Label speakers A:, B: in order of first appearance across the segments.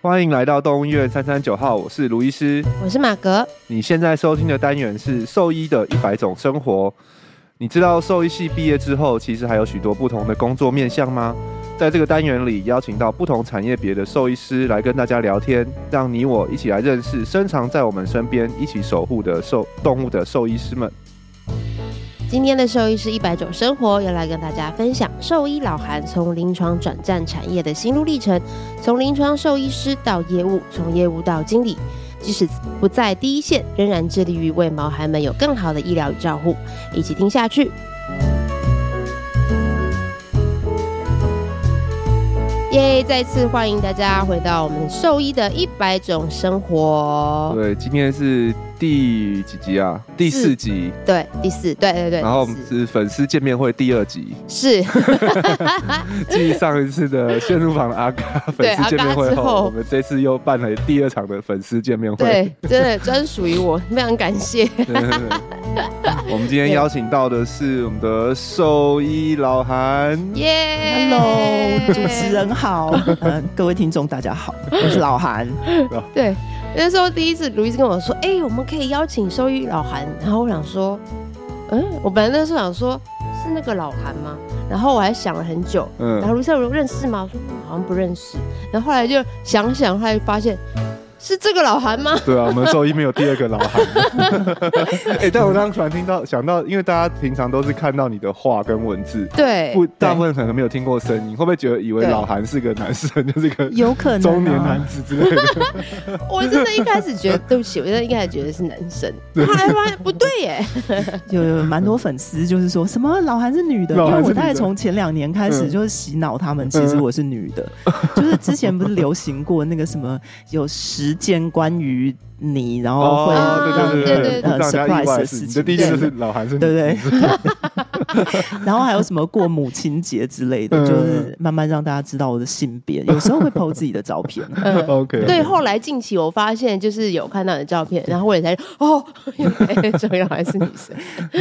A: 欢迎来到动物医院三三九号，我是卢医师。
B: 我是马格，
A: 你现在收听的单元是兽医的一百种生活。你知道兽医系毕业之后，其实还有许多不同的工作面向吗？在这个单元里，邀请到不同产业别的兽医师来跟大家聊天，让你我一起来认识深藏在我们身边、一起守护的兽动物的兽医师们。
B: 今天的兽医是一百种生活，要来跟大家分享兽医老韩从临床转战产业的心路历程，从临床兽医师到业务，从业务到经理。即使不在第一线，仍然致力于为毛孩们有更好的医疗与照护。一起听下去。耶！再次欢迎大家回到我们兽医的一百种生活。
A: 对，今天是第几集啊？第四
B: 哦四
A: 集。
B: 对，第四，对对对，
A: 然后我
B: 第
A: 们
B: 四
A: 是粉丝见面会第二集，
B: 是
A: 继上一次的炫入房的阿嘎粉丝见面会
B: 阿嘎之后
A: 后，我们这次又办了第二场的粉丝见面会。
B: 对，真的专属于我，非常感谢。
A: 对对对，嗯我们今天邀请到的是我们的兽医老韩。
B: 耶
C: Hello，主持。人 好，呃，各位听众大家好，我是老韩。
B: 对，那时候第一次，卢医师跟我说：“哎、我们可以邀请收益老韩。”然后我想说：“嗯，我本来那时候想说是那个老韩吗？”然后我还想了很久。然后
A: 嗯，
B: 卢医师有认识吗？我说嗯好像不认识。然后后来就想想，后来发现是这个老韩吗？
A: 对啊，我们兽医没有第二个老 韩。哎、但我刚刚突然听到想到，因为大家平常都是看到你的话跟文字，
B: 对，
A: 不大部分可能没有听过声音，会不会觉得以为老韩是个男生，就是个
C: 有可能、啊、
A: 中年男子之类的？
B: 啊我真的一开始觉得，对不起，我真的一开始觉得是男生，后来发现不对耶。
C: 有有蛮多粉丝就是说什么老韩是女的，
A: 老
C: 因
A: 韩
C: 为
A: 是
C: 我
A: 女的
C: 大概从前两年开始
A: 嗯
C: 就是洗脑他们，其实我是女的，就是之前不是流行过那个什么有十件关于你，然后会
A: 哦，对对对对，
C: 让
A: 让
C: 呃
A: 大家意
C: surprise
A: 外
C: 的
A: 的
C: 事
A: 事
C: 情，
A: 情。你的第一件就是老韩是女的
C: 对不对？ 然后还有什么过母亲节之类的，
A: 嗯
C: 就是慢慢让大家知道我的性别，有时候会 PO 自己的照片。啊
B: 嗯
A: OK，
B: 对，后来近期我发现就是有看到你的照片，然后我也才哦，原 来周云还是女生。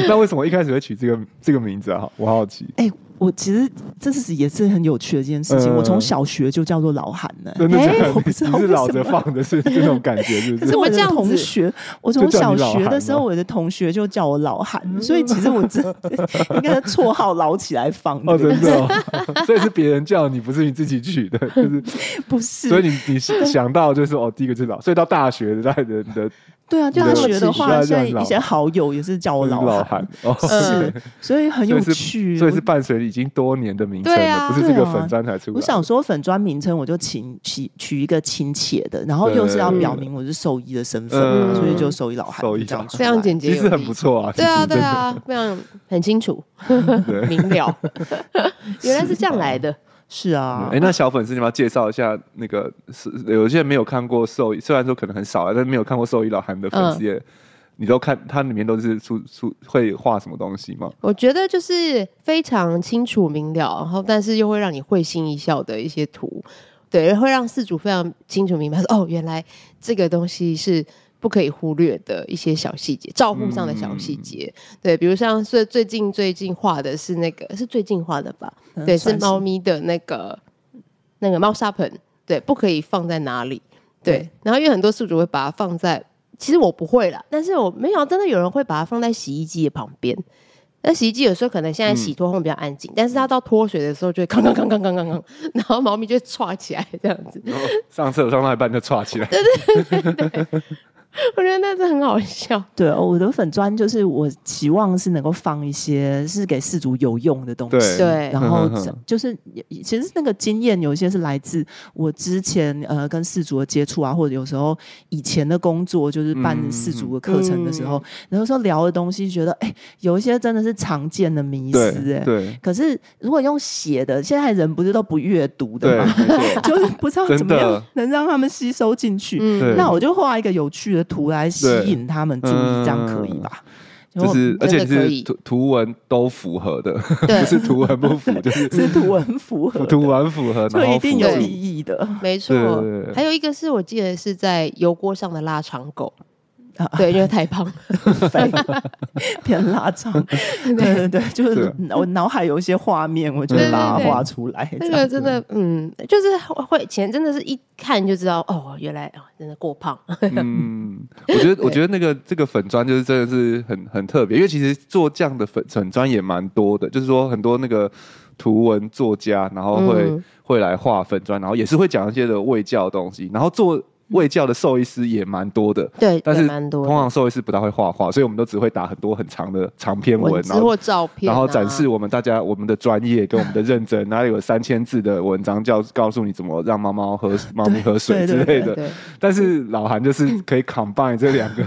A: 那为什么一开始会取这个这个名字啊？我好奇，
C: 哎、我其实这是也是很有趣的一件事情。
A: 嗯
C: 我从小学就叫做老韩呢、
A: 真的假的？
C: 哎我不知道
A: 你是
C: 为什
A: 老着
C: 么
A: 放的是是那种感觉，是不
C: 可
A: 是
C: 是？我
B: 怎么这
C: 的
B: 样子
C: 同学，我
A: 就
C: 从
A: 叫
C: 小
A: 你老
C: 学
A: 韩
C: 的时候，
A: 吗
C: 我的同学就叫我老韩，
B: 嗯
C: 所以其实我这 应该绰号捞起来放
A: 哦，
C: 这个
A: 真的哦， 所以是别人叫你，不是你自己取的，就是
C: 不是？
A: 所以你你想到就是哦，第一个就是老，所以到大学的在人的
C: 对啊，
A: 对
C: 大学的
A: 我
C: 话，
A: 知道
C: 现在
A: 叫老
C: 一些好友也是叫我
A: 就是
C: 老
A: 老
C: 韩
A: 韩，哦，
B: 嗯
C: 是， 所以很有
A: 所以是
C: 趣。
A: 所以
C: 我
A: 是伴随了已经多年的名称
B: 对
A: 了，
B: 啊
A: 不是这个
C: 对啊
A: 粉砖才出来的。
C: 我想说粉砖名称，我就请取取一个亲切的，然后又是要表明我是兽医的身份嘛，
A: 嗯
C: 所以就兽医老韩
A: 兽医
C: 就这样出
B: 非
C: 来
B: 常简洁
A: 其
B: 有力，
A: 实很不错啊，
B: 对啊，
A: 其实
B: 对啊，非 常很清楚
A: 对
B: 明了，原来是这样来的。
C: 是啊
A: 哎、，那小粉丝，你要不要介绍一下那个是有些人没有看过兽医，虽然说可能很少啊，但是没有看过兽医老韩的粉丝也，你都看它里面都是出出会画什么东西吗？
B: 我觉得就是非常清楚明了，然后但是又会让你会心一笑的一些图，对，会让饲主非常清楚明白说哦，原来这个东西是不可以忽略的一些小细节，照顾上的小细节，对，比如像最最近最近画的是那个是最近画的吧，
C: 嗯
B: 对，是
C: 算
B: 猫咪的那个那个猫砂盆，对，不可以放在哪里，对。
C: 对
B: 然后因为很多宿主会把它放在，其实我不会啦，但是我没想到真的有人会把它放在洗衣机的旁边。那洗衣机有时候可能现在
A: 嗯
B: 洗脱烘比较安静，但是它到脱水的时候就会哐哐哐哐哐哐哐，然后猫咪就会歘起来这样子。
A: 然后上厕所上到一半就岔起来，
B: 我觉得那是很好笑，
C: 对，哦我的粉砖就是我期望是能够放一些是给饲主有用的东
A: 对嗯
C: 西，
B: 对
C: 然后
A: 哼哼哼
C: 就是也其实那个经验有一些是来自我之前呃跟饲主的接触啊，或者有时候以前的工作就是办
A: 嗯
C: 饲主的课程的时候，然后说聊的东西，觉得哎、有一些真的是常见的迷
A: 对
C: 思哎、
A: 对
C: 可是如果用写的，现在人不是都不阅读
A: 对，
C: 的吗？
A: 没错，
C: 就是不知道怎
A: 真
C: 么
A: 的
C: 样能让他们吸收进去。
A: 对
B: 嗯，
C: 那我就画一个有趣的图来吸引他们注意，
A: 对
C: 这样可以吧？
A: 嗯
C: 然
A: 就
C: 后
A: 是而
B: 真
A: 且
B: 的可
A: 是
B: 以
A: 图图文都符合的，
B: 对
A: 不，是图文不符，就是
C: 是图文符合的，
A: 图文符合，
C: 就
A: 然后
C: 一定
A: 符
C: 有
A: 合
C: 意义的。
B: 没错
A: 对对对对。
B: 还有一个是我记得是在油锅上的腊肠狗，
C: 啊，
B: 对，因为太胖，
C: 肥变拉长，对对对，就是
A: 对
C: 我脑海有一些画面，我就
A: 对对
C: 把它
B: 对
C: 画出来。
B: 那
C: 这样
B: 个真的，嗯，就是会钱真的是一看就知道，哦，原来哦，真的过胖，
A: 嗯，我觉得我觉得那个这个粉砖就是真的是很很特别，因为其实做这样的粉粉砖也蛮多的，就是说很多那个图文作家，然后会、
B: 嗯
A: 会来画粉砖，然后也是会讲一些的卫教的东西，然后做卫教的兽医师也蛮多的。
B: 对，
A: 但是
B: 嗯也蛮多
A: 通
B: 的
A: 常兽医师不大会画画，所以我们都只会打很多很长的长篇文，
B: 文字
A: 然后
B: 或照片啊，
A: 然后展示我们大家我们的专业跟我们的认真，哪里有三千字的文章教告诉你怎么让猫猫喝猫咪喝水
C: 对
A: 之
C: 对
A: 类的。
B: 对对，
A: 但是老韩就是可以 combine 这两个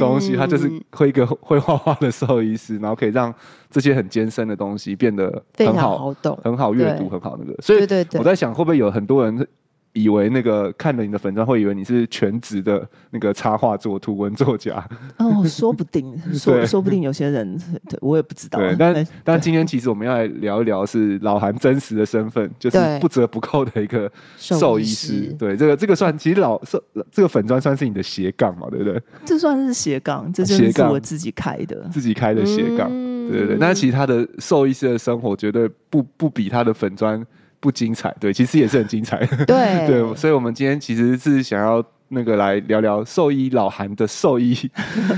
A: 东西，他就是会一个会画画的兽医师，然后可以让这些很艰深的东西变得
B: 非
A: 很
B: 常
A: 好、
B: 好懂，
A: 很好阅读、
B: 对
A: 很好那个。所以
B: 对对对
A: 我在想，会不会有很多人以为那个看了你的粉砖，会以为你是全职的那个插画作、图文作家？
C: 哦，说不定，说
A: 对
C: 说不定有些人，对我也不知道。
A: 对，但但今天其实我们要来聊一聊是老韩真实的身份，就是
B: 对
A: 不折不扣的一个兽
B: 兽
A: 医
B: 医
A: 师
B: 师。
A: 对，这个这个算其实老兽这个粉砖算是你的斜杠嘛，对不对？
C: 这算是斜杠，这真
A: 啊斜
C: 的是
A: 杠
C: 我自己开的。
A: 自己开的斜杠，
B: 嗯
A: 对对对。那其实他的兽医师的生活绝对不不比他的粉砖不精彩，对，其实也是很精彩。
B: 对
A: 对，所以我们今天其实是想要那个来聊聊兽医老韩的兽 医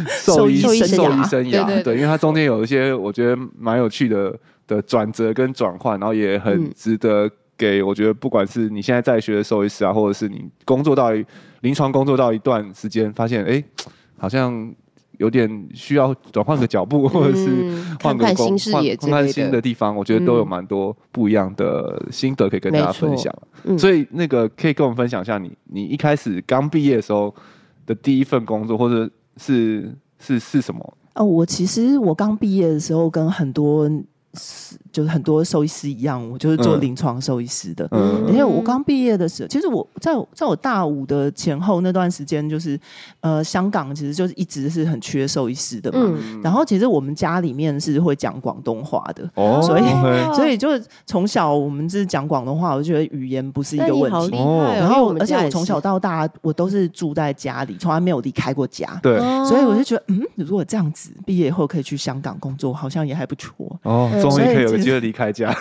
A: 兽
C: 兽医
A: 兽医
C: 生涯
A: 生
B: 对对
A: 涯，
B: 对
A: 对，因为它中间有一些我觉得蛮有趣的的转折跟转换，然后也很
B: 嗯
A: 值得。给我觉得，不管是你现在在学的兽医师啊，或者是你工作到一临床工作到一段时间，发现哎，好像有点需要转换个脚步， 或者是
B: 嗯
A: 换
B: 看
A: 个
B: 看
A: 工，
B: 新视
A: 换
B: 野之
A: 换看
B: 类
A: 新
B: 的
A: 的地方，我觉得都有
B: 嗯
A: 蛮多不一样的心得可以跟大家
B: 没错
A: 分享。啊
B: 嗯
A: 所以那个可以跟我们分享一下你，你一开始刚毕业的时候的第一份工作，或者是是是什么？
C: 哦，我其实我刚毕业的时候，跟很多就是很多兽医师一样，我就是做
A: 嗯
C: 临床兽医师的。
A: 嗯
C: 而且我刚毕业的时候，其实我在我在我大五的前后那段时间，就是呃，香港其实就是一直是很缺兽医师的嘛。
B: 嗯，
C: 然后其实我们家里面是会讲广东话的，
A: 哦
C: 所以
A: OK
C: 所以就是从小我们是讲广东话，我觉得语言不是一
B: 那
C: 个
B: 你
C: 问
B: 好
C: 题
B: 厉。害
A: 哦
B: 哦，
C: 然
B: 因为
C: 后
B: 们
C: 而且
B: 家
C: 我
B: 也
C: 从
B: 是
C: 小到大我都是住在家里，从来没有离开过家。
A: 对
C: 所以我就
B: 哦
C: 觉得，嗯，如果这样子，毕业后可以去香港工作，好像也还不错。
A: 哦，
B: 嗯
A: 终于
C: 所以
A: 可以有个
C: 其实
A: 机会离开家。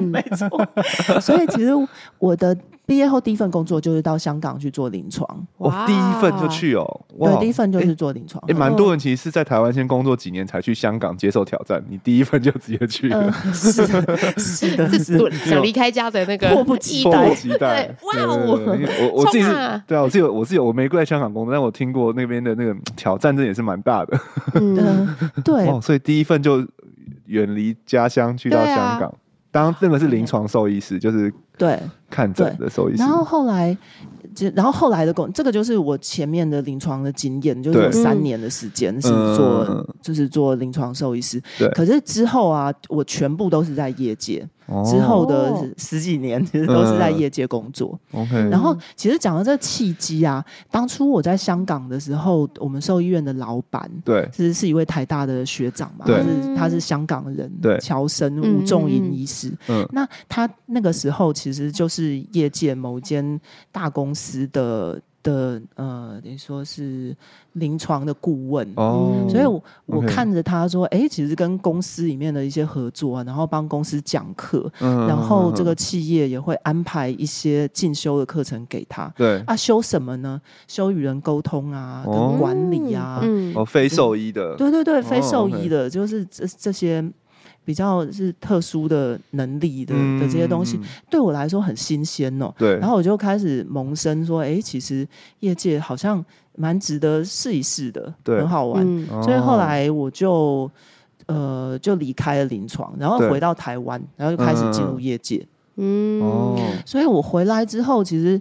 C: 没错，所以其实我的毕业后第一份工作就是到香港去做临床，
A: 哇，第一份就
B: 哇
A: 去哦，哇
C: 对，，第一份就是做临床
A: 哎，。蛮
B: 嗯
A: 多人其实是在台湾先工作几年才去香港接受挑战，你第一份就直接去
C: 嗯
A: 了，，
C: 是的，是的，是
B: 对
C: 的，
B: 想离开家的那个
C: 迫不及
B: 意
A: 迫
C: 待
A: 不及待
B: 对。
A: 对
B: 哇哦
A: 对对对我我自己
B: 冲
A: 是
B: 啊，
A: 对啊，我自己有我自己有我没过在香港工作，但我听过那边的那个挑战，真的也是蛮大的。
B: 嗯，
C: 嗯，对，
A: 哦，所以第一份就远离家乡去到
B: 对啊
A: 香港，当那个是临床兽医师，就是
C: 对。
A: 看诊的兽医师
C: 然。后后来，就然后后来的工，这个就是我前面的临床的经验，就是
A: 对
C: 我三
B: 嗯
C: 年的时间是
A: 嗯
C: 做、
A: 嗯嗯
C: 就是做临床兽医师。
A: 对
C: 可是之后啊，我全部都是在业界，
A: 哦
C: 之后的
B: 哦
C: 十几年其实都是在
A: 嗯
C: 业界工作。
A: ，OK，
C: 然后
B: 嗯
C: 其实讲到这个契机啊，当初我在香港的时候，我们兽医院的老板。
A: 对，
C: 是是一位台大的学长嘛，他
A: 对
C: 是他是香港人，
A: 对
C: 乔生吴
B: 嗯嗯
C: 仲
B: 嗯
C: 银
B: 嗯
C: 医师。
A: 嗯
C: 那他那个时候其实就是业界某间大公司的的呃，等于说是临床的顾问。
A: 哦，
C: 嗯所以我，我
A: OK
C: 看着他说，哎、其实跟公司里面的一些合作啊，然后帮公司讲课，
A: 嗯
C: 然后这个
A: 嗯
C: 企业也会安排一些进修的课程给他。
A: 对
C: 啊，修什么呢？修与人沟通啊，
A: 哦
C: 跟管理啊，
B: 嗯
A: 哦，非兽医的，
C: 对对对，非
A: 哦
C: 兽
A: ，OK
C: 医的，就是这这些比较是特殊的能力的的这些东西
A: 嗯，，
C: 对我来说很新鲜哦。
A: 对，
C: 然后我就开始萌生说，哎，其实业界好像蛮值得试一试的，
A: 对
C: 很好玩。
B: 嗯
A: 哦
C: 所以后来我就呃就离开了临床，然后
A: 对
C: 回到台湾，然后就开始进
A: 嗯嗯
C: 入
A: 嗯
C: 业界。
B: 嗯
A: 哦，
C: 所以我回来之后，其实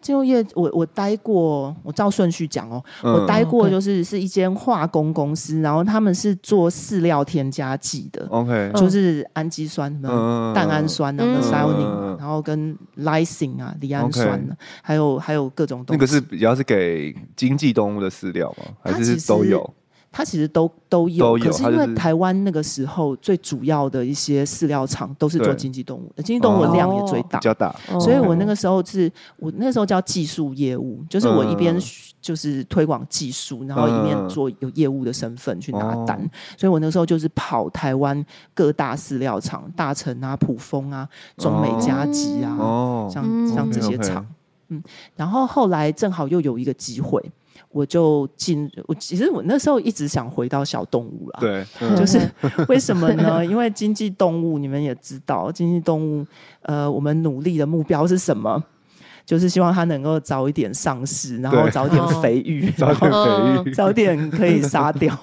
C: 进入业，我我待过，我照顺序讲哦，
A: 嗯
C: 我待过
B: OK
C: 就是是一间化工公司，然后他们是做饲料添加剂的，
A: 嗯 OK，
C: 就是氨基酸什么。
A: 哦嗯
C: 蛋氨，酸啊，那
B: 嗯
C: s i o n
A: 嗯
C: i
A: 嗯嗯
C: 啊，然后跟 lysine 啊，赖氨酸啊，还有还有各种东
A: 那
C: 西。
A: 个是比较是给经济动物的饲料吗？还
C: 它
A: 是
C: 其实
A: 都有？
C: 它其实都都有，
A: 都有
C: 可是
A: 它
C: 因
A: 就
C: 为
A: 是
C: 台湾那个时候最主要的一些饲料厂都是做
A: 对
C: 经济动物呃的，经济动物的量也最
B: 哦
C: 大。
A: 比较大，
C: 所以我那
B: 个
C: 个时候是我那个时候叫技术业务，就是我一边
A: 嗯
C: 就是推广技术，然后一边做有业务的身份去拿单。
A: 哦
C: 所以我那时候就是跑台湾各大饲料厂，大成啊、普丰啊、中美佳吉啊，
A: 哦，
C: 像
B: 嗯
C: 像这些
A: OK，OK
C: 厂。嗯然后后来正好又有一个机会，我就进我其实我那时候一直想回到小动物啦，
A: 对，嗯
C: 就是为什么呢？因为经济动物，你们也知道，经济动物，呃，我们努力的目标是什么？就是希望它能够早一点上市，然后
A: 对
C: 早点
B: 哦
C: 肥育，
A: 早
C: 然后
A: 点
B: 哦
A: 培育，
C: 早点可以杀掉。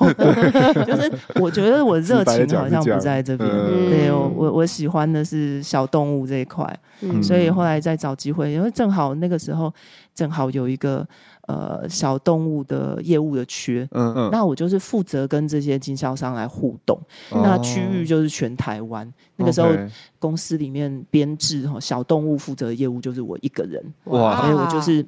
C: 就是我觉得我热
A: 直白地
C: 情
A: 讲
C: 好像
A: 是这样
C: 不在这边，
A: 嗯
C: 对我我我喜欢的是小动物这一块。
B: 嗯
C: 所以后来再找机会，因为正好那个时候正好有一个呃小动物的业务的缺，
A: 嗯嗯，
C: 那我就是负责跟这些经销商来互动。那区域就是全台湾，那个时候
A: 哦 OK
C: 公司里面编制哈小动物负责的业务就是我一个人，
A: 哇嗯
C: 所以我就是，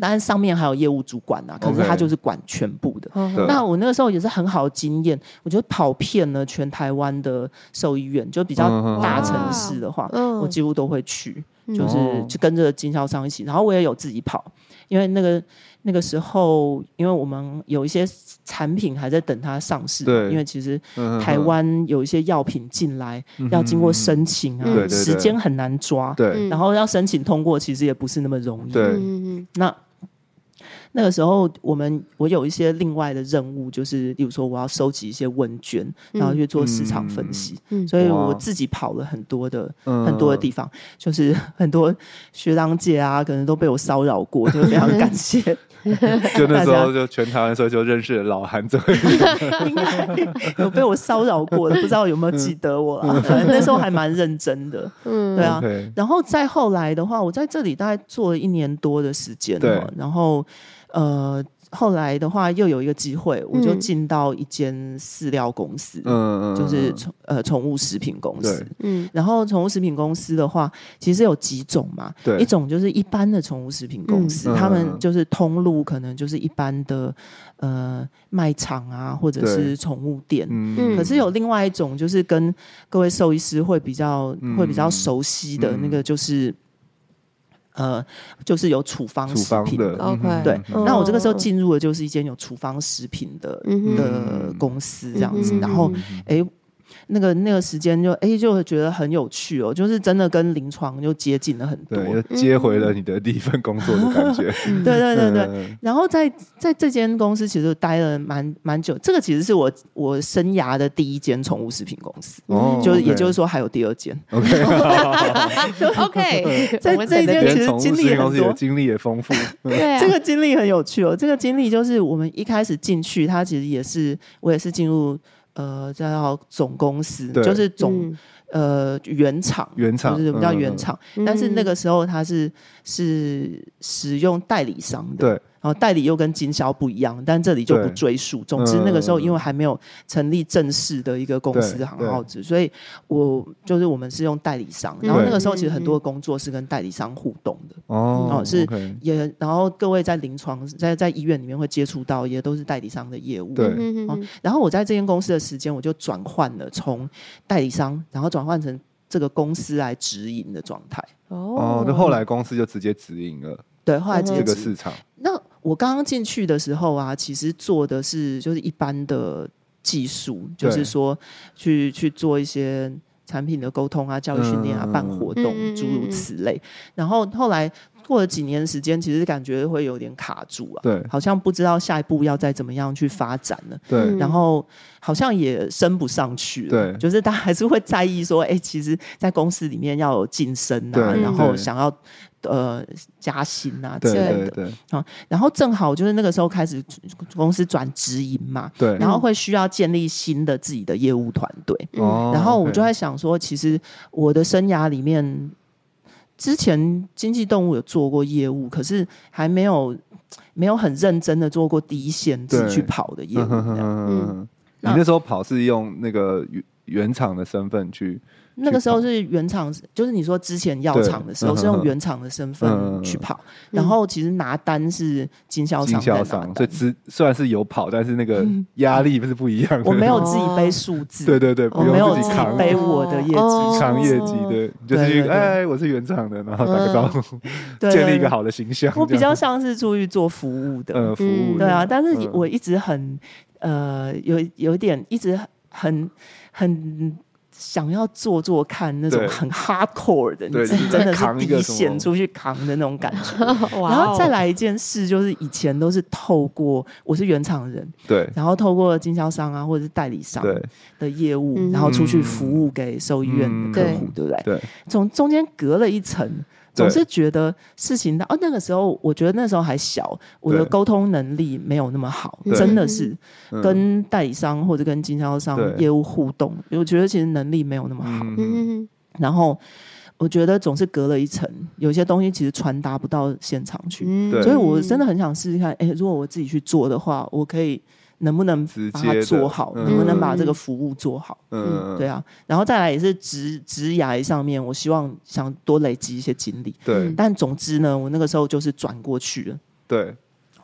C: 当然上面还有业务主管啊，可是
A: OK 嗯
C: 他就是管全部的。
A: 对
C: 那我那个时候也是很好的经验，我觉得跑遍了全台湾的兽医院，就比较
A: 嗯嗯嗯
C: 大城市的话，
B: 嗯
C: 我几乎都会去，
B: 嗯
C: 就是
A: 哦
C: 就跟着经销商一起，然后我也有自己跑，因为那个那个时候，因为我们有一些产品还在等它上市嘛，
A: 对
C: 因为其实
A: 嗯嗯
C: 台
A: 嗯
C: 湾有一些药品进来
A: 嗯
C: 要经过
A: 嗯嗯
C: 申请啊
B: 嗯
A: 对
B: 对，对
C: 时间很难抓，
A: 对
C: 然后要申请通过其实也不是那么容易，
A: 对
B: 嗯
C: 那那个时候，我们我有一些另外的任务，就是例如说我要收集一些问卷，
B: 嗯
C: 然后去做市场分析。
B: 嗯
C: 所以
A: 哇
C: 我自己跑了很多的、
A: 嗯
C: 很多的地方，就是 很多学长姐啊，可能都被我骚扰过，就非常感谢。
A: 就那时
C: 大
A: 候
C: 家
A: 就全台湾的时候就认识了老韩这位，
C: 应该有被我骚扰过的，不知道有没有记得我
A: 嗯
C: 啦。反正那时候还蛮认真的，
B: 嗯
C: 对啊
A: OK，
C: 然后再后来的话，我在这里大概做了一年多的时间
A: 对
C: 哦，然后呃，后来的话又有一个机会，我就
B: 嗯
C: 进到一间饲料公司，
A: 嗯嗯，
C: 就是
A: 嗯
C: 宠呃宠物食品公司
A: 对。
B: 嗯
C: 然后宠物食品公司的话，其实有几种嘛，
A: 对
C: 一种就是一般的宠物食品公司，
A: 嗯
C: 他
A: 嗯
C: 们就是通路可能就是一般的呃卖场啊，或者
A: 对
C: 是宠物店，
A: 嗯
C: 可是有另外一种，就是跟各位兽医师会比较、
A: 嗯
C: 会比较熟悉的
A: 嗯
C: 那个，就是、呃，就是有处方
A: 处
C: 食
A: 方
C: 品
A: 的
C: 的。
B: OK
A: 嗯
C: 对
A: 嗯嗯
C: 那我这个时候
B: 嗯
C: 进入的就是一间有处方食品的、
B: 嗯
C: 的公司这样子，
B: 嗯
C: 然后
A: 嗯嗯
C: 哎、诶那个那个时间就哎、诶就觉得很有趣哦，就是真的跟临床就接近了很多。
A: 对，又接回了你的第一份工作的感觉，
B: 嗯
C: 对对对对，
A: 对，
C: 然后在在这间公司其实待了蛮蛮久，这个其实是我我生涯的第一间宠物食品公司，
A: 哦
C: 就是也
A: OK
C: 就是说还有第二间。
A: OK，
B: 嗯 OK，
C: 在
B: 我们等
C: 这
B: 着
C: 一
A: 连
B: 听
C: 间其实
A: 宠物
C: 经历
A: 实验
C: 很
A: 公司的
C: 多
A: 经历也丰 富，
B: 对啊
C: 这个经历很有趣哦。这个经历就是我们一开始进去，它其实也是我也是进入呃叫总公司，
A: 对
C: 就是总、
B: 嗯
C: 呃原厂，
A: 原厂
C: 就是我们叫
A: 嗯嗯
C: 原
A: 嗯
C: 厂。
B: 嗯
C: 但是那个时候它是是使用代理商的，
A: 对，
C: 然后代理又跟经销不一样，但这里就不
A: 对
C: 追溯。总之
A: 嗯
C: 那个时候
A: 嗯嗯
C: 因为还没有成立正式的一个公司
A: 对
C: 的行号制，所以我就是我们是用代理商。
B: 嗯
C: 然后
A: 对
C: 那个时候其实很多工作是跟代理商互动的。
A: 哦
C: 哦是
A: OK
C: 也，然后各位在临床在在医院里面会接触到，也都是代理商的业务。
A: 对
B: 嗯
C: 哦
B: 嗯，
C: 然后我在这间公司的时间，我就转换了从代理商，然后转换成这个公司来直营的状态。
A: 哦，那后来公司就直接指引了
C: 对，后来直
B: 嗯
C: 接
A: 哦这个
C: 直
A: 市场，
C: 那我刚刚进去的时候啊，其实做的是就是一般的技术，
A: 对
C: 就是说去去做一些产品的沟通啊、教育训练啊、
A: 嗯
C: 办活动
B: 嗯嗯嗯
C: 诸如此类。然后后来过了几年时间，其实感觉会有点卡住啊，
A: 对
C: 好像不知道下一步要再怎么样去发展了。
A: 对
B: 嗯
C: 然后好像也升不上去了，
A: 对
C: 就是大家还是会在意说，哎、其实，在公司里面要有晋升啊，
A: 对
C: 然后
A: 对
C: 想要呃加薪啊之
A: 对
C: 类的
A: 对。对
C: 然后正好就是那个时候开始公司转直营嘛，
A: 对，
C: 然后会需要建立新的自己的业务团队。
B: 嗯
A: 哦
C: 然后我
A: OK
C: 就在想说，其实我的生涯里面，之前经济动物有做过业务，可是还没有没有很认真的做过第一线自己去
A: 对
C: 跑的业务
A: 嗯哼
C: 这样。
A: 哼哼哼哼你
C: 那
A: 那时候跑是用那个原原厂的身份去
C: 那个时候是原厂，就是你说之前药厂的时候
A: 对嗯
C: 是用原厂的
A: 嗯
C: 身
A: 嗯嗯
C: 份去跑，然后其实拿单是经销
A: 经
C: 商在
A: 销
C: 拿
A: 商，
C: 单
A: 所以只虽然是有跑，但是那个压力不是不一样的。
C: 嗯我 没有自己背数字，
A: 对对对，不
C: 我没有
A: 用自
C: 自
A: 己
C: 己
A: 扛
C: 背我的业绩
B: 哦
A: 扛业绩，对，你就是
C: 对
A: 去
C: 对对嗯
A: 哎，我是原厂的，然后打个招呼，
C: 对
A: 建立一个。好的形象。
C: 我比
A: 这
C: 较
A: 样
C: 像是出去做服务的，
A: 呃服务
B: 嗯
A: 的，
C: 对啊，但是
A: 嗯
C: 我一直很呃有有一点一直很很想要做做看那种
A: 对
C: 很 hardcore 的，你
A: 对
C: 自己
A: 你
C: 真的是
A: 扛一个
C: 底
A: 什么
C: 线出去扛的那种感觉。
B: 然
C: 然后再来一件事，就是以前都是透过我是原厂人，
A: 对
C: 然后透过经销商啊或者是代理商
A: 对
C: 的业务，
B: 嗯
C: 然后出去服务给兽医院
A: 嗯
C: 的客户，对不对？
A: 对，
C: 从中间隔了一层，
A: 对
C: 总是觉得事情到哦那个时候，我觉得那时候还小，我的
A: 对
C: 沟通能力没有那么好，
A: 对
C: 真的是
A: 嗯
C: 跟代理商或者跟经销商
A: 对
C: 业务互动，我觉得其实能力没有那么好。
A: 嗯
B: 嗯
C: 然后我觉得总是隔了一层，有些东西其实传达不到现场去。
B: 嗯
A: 对
C: 所以我真的很想试试看，哎、如果我自己去做的话，我可以能不能
A: 直
C: 把
A: 接
C: 它
A: 的
C: 做好，
A: 嗯
C: 能不能把这个服务做好？
A: 嗯
C: 对啊，然后再来也是职职涯上面，我希望想多累积一些经历。
A: 对
B: 嗯
C: 但总之呢，我那个时候就是转过去了，
A: 对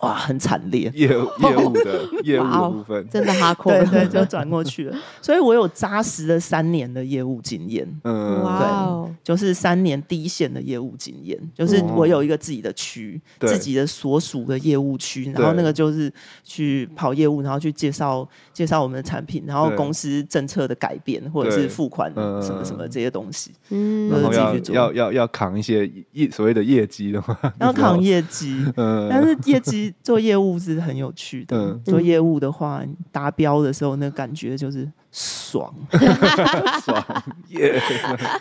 C: 哇，很惨烈。
A: 业务业务的业务
B: 哇
A: 的
B: 哦
A: 部分，
B: 真的哈扣，
C: 对对，
A: 嗯
C: 就转过去了。所以我有扎实的三年的业务经验，
A: 嗯
B: 哇哦，
C: 就是三年第一线的业务经验，就是
A: 哦
C: 我有一个自己的区，
A: 对
C: 自己的所属的业务区，然后
A: 对
C: 那个就是去跑业务，然后去介绍介绍我们的产品，然后
A: 对
C: 公司政策的改变或者
A: 对
C: 是付款
A: 嗯
C: 什么什么这些东西，
B: 嗯
A: 然后
C: 自己
A: 要
C: 去做
A: 要要要扛一些业所谓的业绩的话，
C: 然
A: 那
C: 后
A: 时候
C: 扛业绩。
A: 嗯，
C: 但是业绩做业务是很有趣的，
A: 嗯
C: 做业务的话，你达标的时候那感觉就是爽，
A: 嗯爽耶，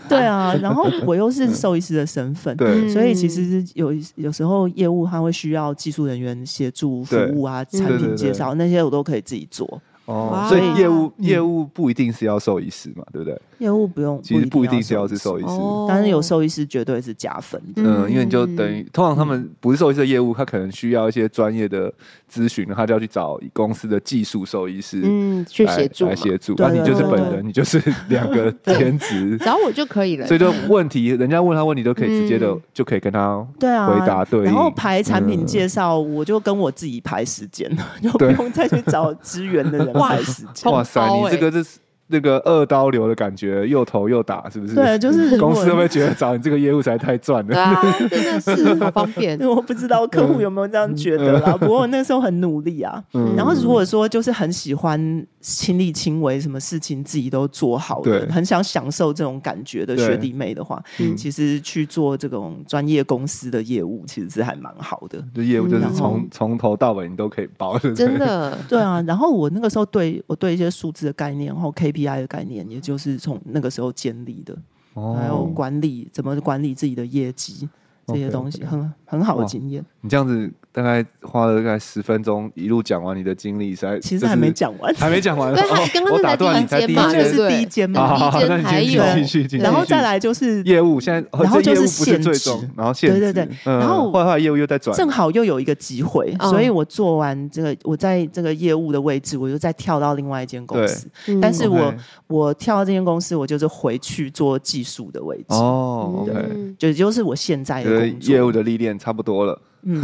C: 对啊。然后我又是兽医师的身份，
A: 嗯对
C: 所以其实是有有时候业务它会需要技术人员协助服务啊，
B: 对
C: 产
A: 对对
C: 品介绍那些我都可以自己做。
A: 哦，
B: 哇
A: 所以业务
B: 嗯
A: 业务不一定是要兽医师嘛，对不对？
C: 业务不用，
A: 其实不一定是
C: 要
A: 要是兽医师，
B: 哦
C: 但是有兽医师绝对是加分的。
A: 嗯，因为你就等于通常他们不是兽医师的业务，他可能需要一些专业的咨询，他就要去找公司的技术兽医师
B: 嗯去
A: 来
B: 协助嘛
A: 来，协助。啊
C: 对
A: 那你就是
C: 对
A: 本
C: 对
A: 人，你就是两个兼职，
B: 找我就可以了，
A: 所以就问题人家问他问题都可以直接的
B: 嗯
A: 就可以跟他
C: 对啊，
A: 回答对应
C: 然后排产品
A: 嗯
C: 介绍，我就跟我自己排时间，就不
A: 对
C: 用再去找支援的 人
B: 哇
C: 排时间。
A: 哇塞，
B: 红包
A: 你这
B: 欸
A: 个是那个二刀流的感觉，又投又打，是不是？
C: 对，就是如果
A: 公司会不会觉得找你这个业务才太 赚
B: 对
A: 了？
B: 啊，真的是好方便
C: 因，为我不知道客户有没有这样觉得啦。不过我那时候很努力啊。
A: 嗯
C: 然后如果说就是很喜欢亲力亲为，什么事情自己都做好
A: 对
C: 的，很想享受这种感觉的
A: 对
C: 学弟妹的话，
A: 嗯
C: 其实去做这种专业公司的业务，其实是还蛮好的。
A: 就业务就是
C: 嗯
A: 从从头到尾你都可以包，对不对
B: 真的，
C: 对啊，然后我那个时候对我对一些数字的概念，然后 KPI 的概念，也就是从那个时候建立的，还有
A: 哦。
C: 哎管理怎么管理自己的业绩这些
A: OK，OK
C: 东西，很很好的
A: 哇
C: 经验。
A: 你这样子大概花了大概十分钟，一路讲完你的经历，实在
C: 其实
A: 这是
C: 还没讲完，
A: 还没讲完。
B: 对还
A: 哦
B: 刚刚
A: 我
B: 那
A: 打
B: 才
A: 断你才第一
B: 第一间嘛
A: 间
B: 对不
C: 这是
B: 对
C: 第一间
A: 好
C: 嘛，
A: 好好，
B: 第一间
A: 那你
B: 还
A: 继续
B: 有
A: 继续继续，
C: 然后
A: 继续
C: 再来就是
A: 业务，现在哦
C: 嗯然后
A: 这业务
C: 就是
A: 不是
C: 限
A: 最
C: 制
A: 重，然后限制，
C: 对对对
A: 嗯
C: 然后
A: 后来业务又在转，
C: 正好又有一个机会，
B: 嗯
C: 所以我做完这个，我在这个业务的位置，我就再跳到另外一间公司。
B: 嗯
C: 但是
A: OK
C: 我我跳到这间公司，我就是回去做技术的位置，
A: 哦，OK，
B: 嗯
C: 就就是我现在
A: 觉得
C: 的工作。
A: 业务的历练差不多了，
C: 嗯，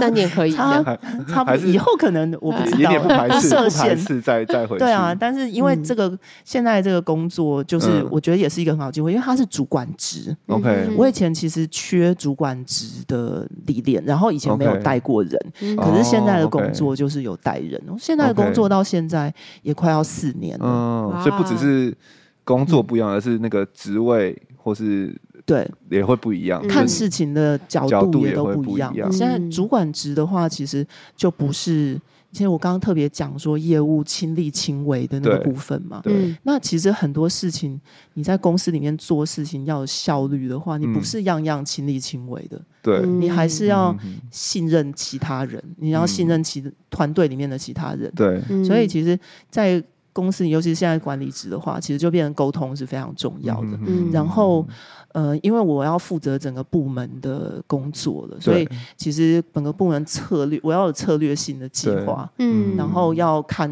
B: 三年可以这
C: 差
B: 样，
C: 差不
A: 还
C: 多，
A: 是
C: 以后可能我不
A: 也
C: 知
A: 有
C: 道
A: 点不排斥，
C: 设
A: 不排
C: 限。
A: 斥再再回去。
C: 对啊，但是因为
B: 嗯
C: 这个现在这个工作，就是
A: 嗯
C: 我觉得也是一个很好的机会，因为它是主管职，
A: ，OK，
B: 嗯
C: 我以前其实缺主管职的历练，然后以前没有
A: OK
C: 带过人
B: 嗯
A: 哦
C: 可是现在的工
A: OK
C: 作就是有带人。哦现在的
A: OK
C: 工作到现在也快要四年了，
A: 嗯，所以不只是工作不一样，而是那个职位或是
C: 对，
A: 也会不一样，
B: 嗯
C: 看事情的角
A: 角度
C: 度也都
A: 也会
C: 不
A: 不
C: 一样
A: 一。样
C: 现在
B: 嗯
C: 主管职的话，其实就不是，其实我刚刚特别讲说业务亲力亲为的那个
A: 对
C: 部分嘛。
A: 对
B: 嗯
C: 那其实很多事情，你在公司里面做事情要有效率的话，你不
A: 嗯
C: 是样样亲力亲为的，
A: 对，
B: 嗯
C: 你还是要
A: 嗯嗯嗯
C: 信任其他人，你要信任其团队里面的其他人。
A: 对，
B: 嗯
C: 所以其实，在公司，尤其是现在管理职的话，其实就变成沟通是非常重要的。
A: 嗯
C: 然后，呃，因为我要负责整个部门的工作了，所以
A: 对
C: 其实整个部门策略，我要有策略性的计划，
A: 嗯
C: 然后要看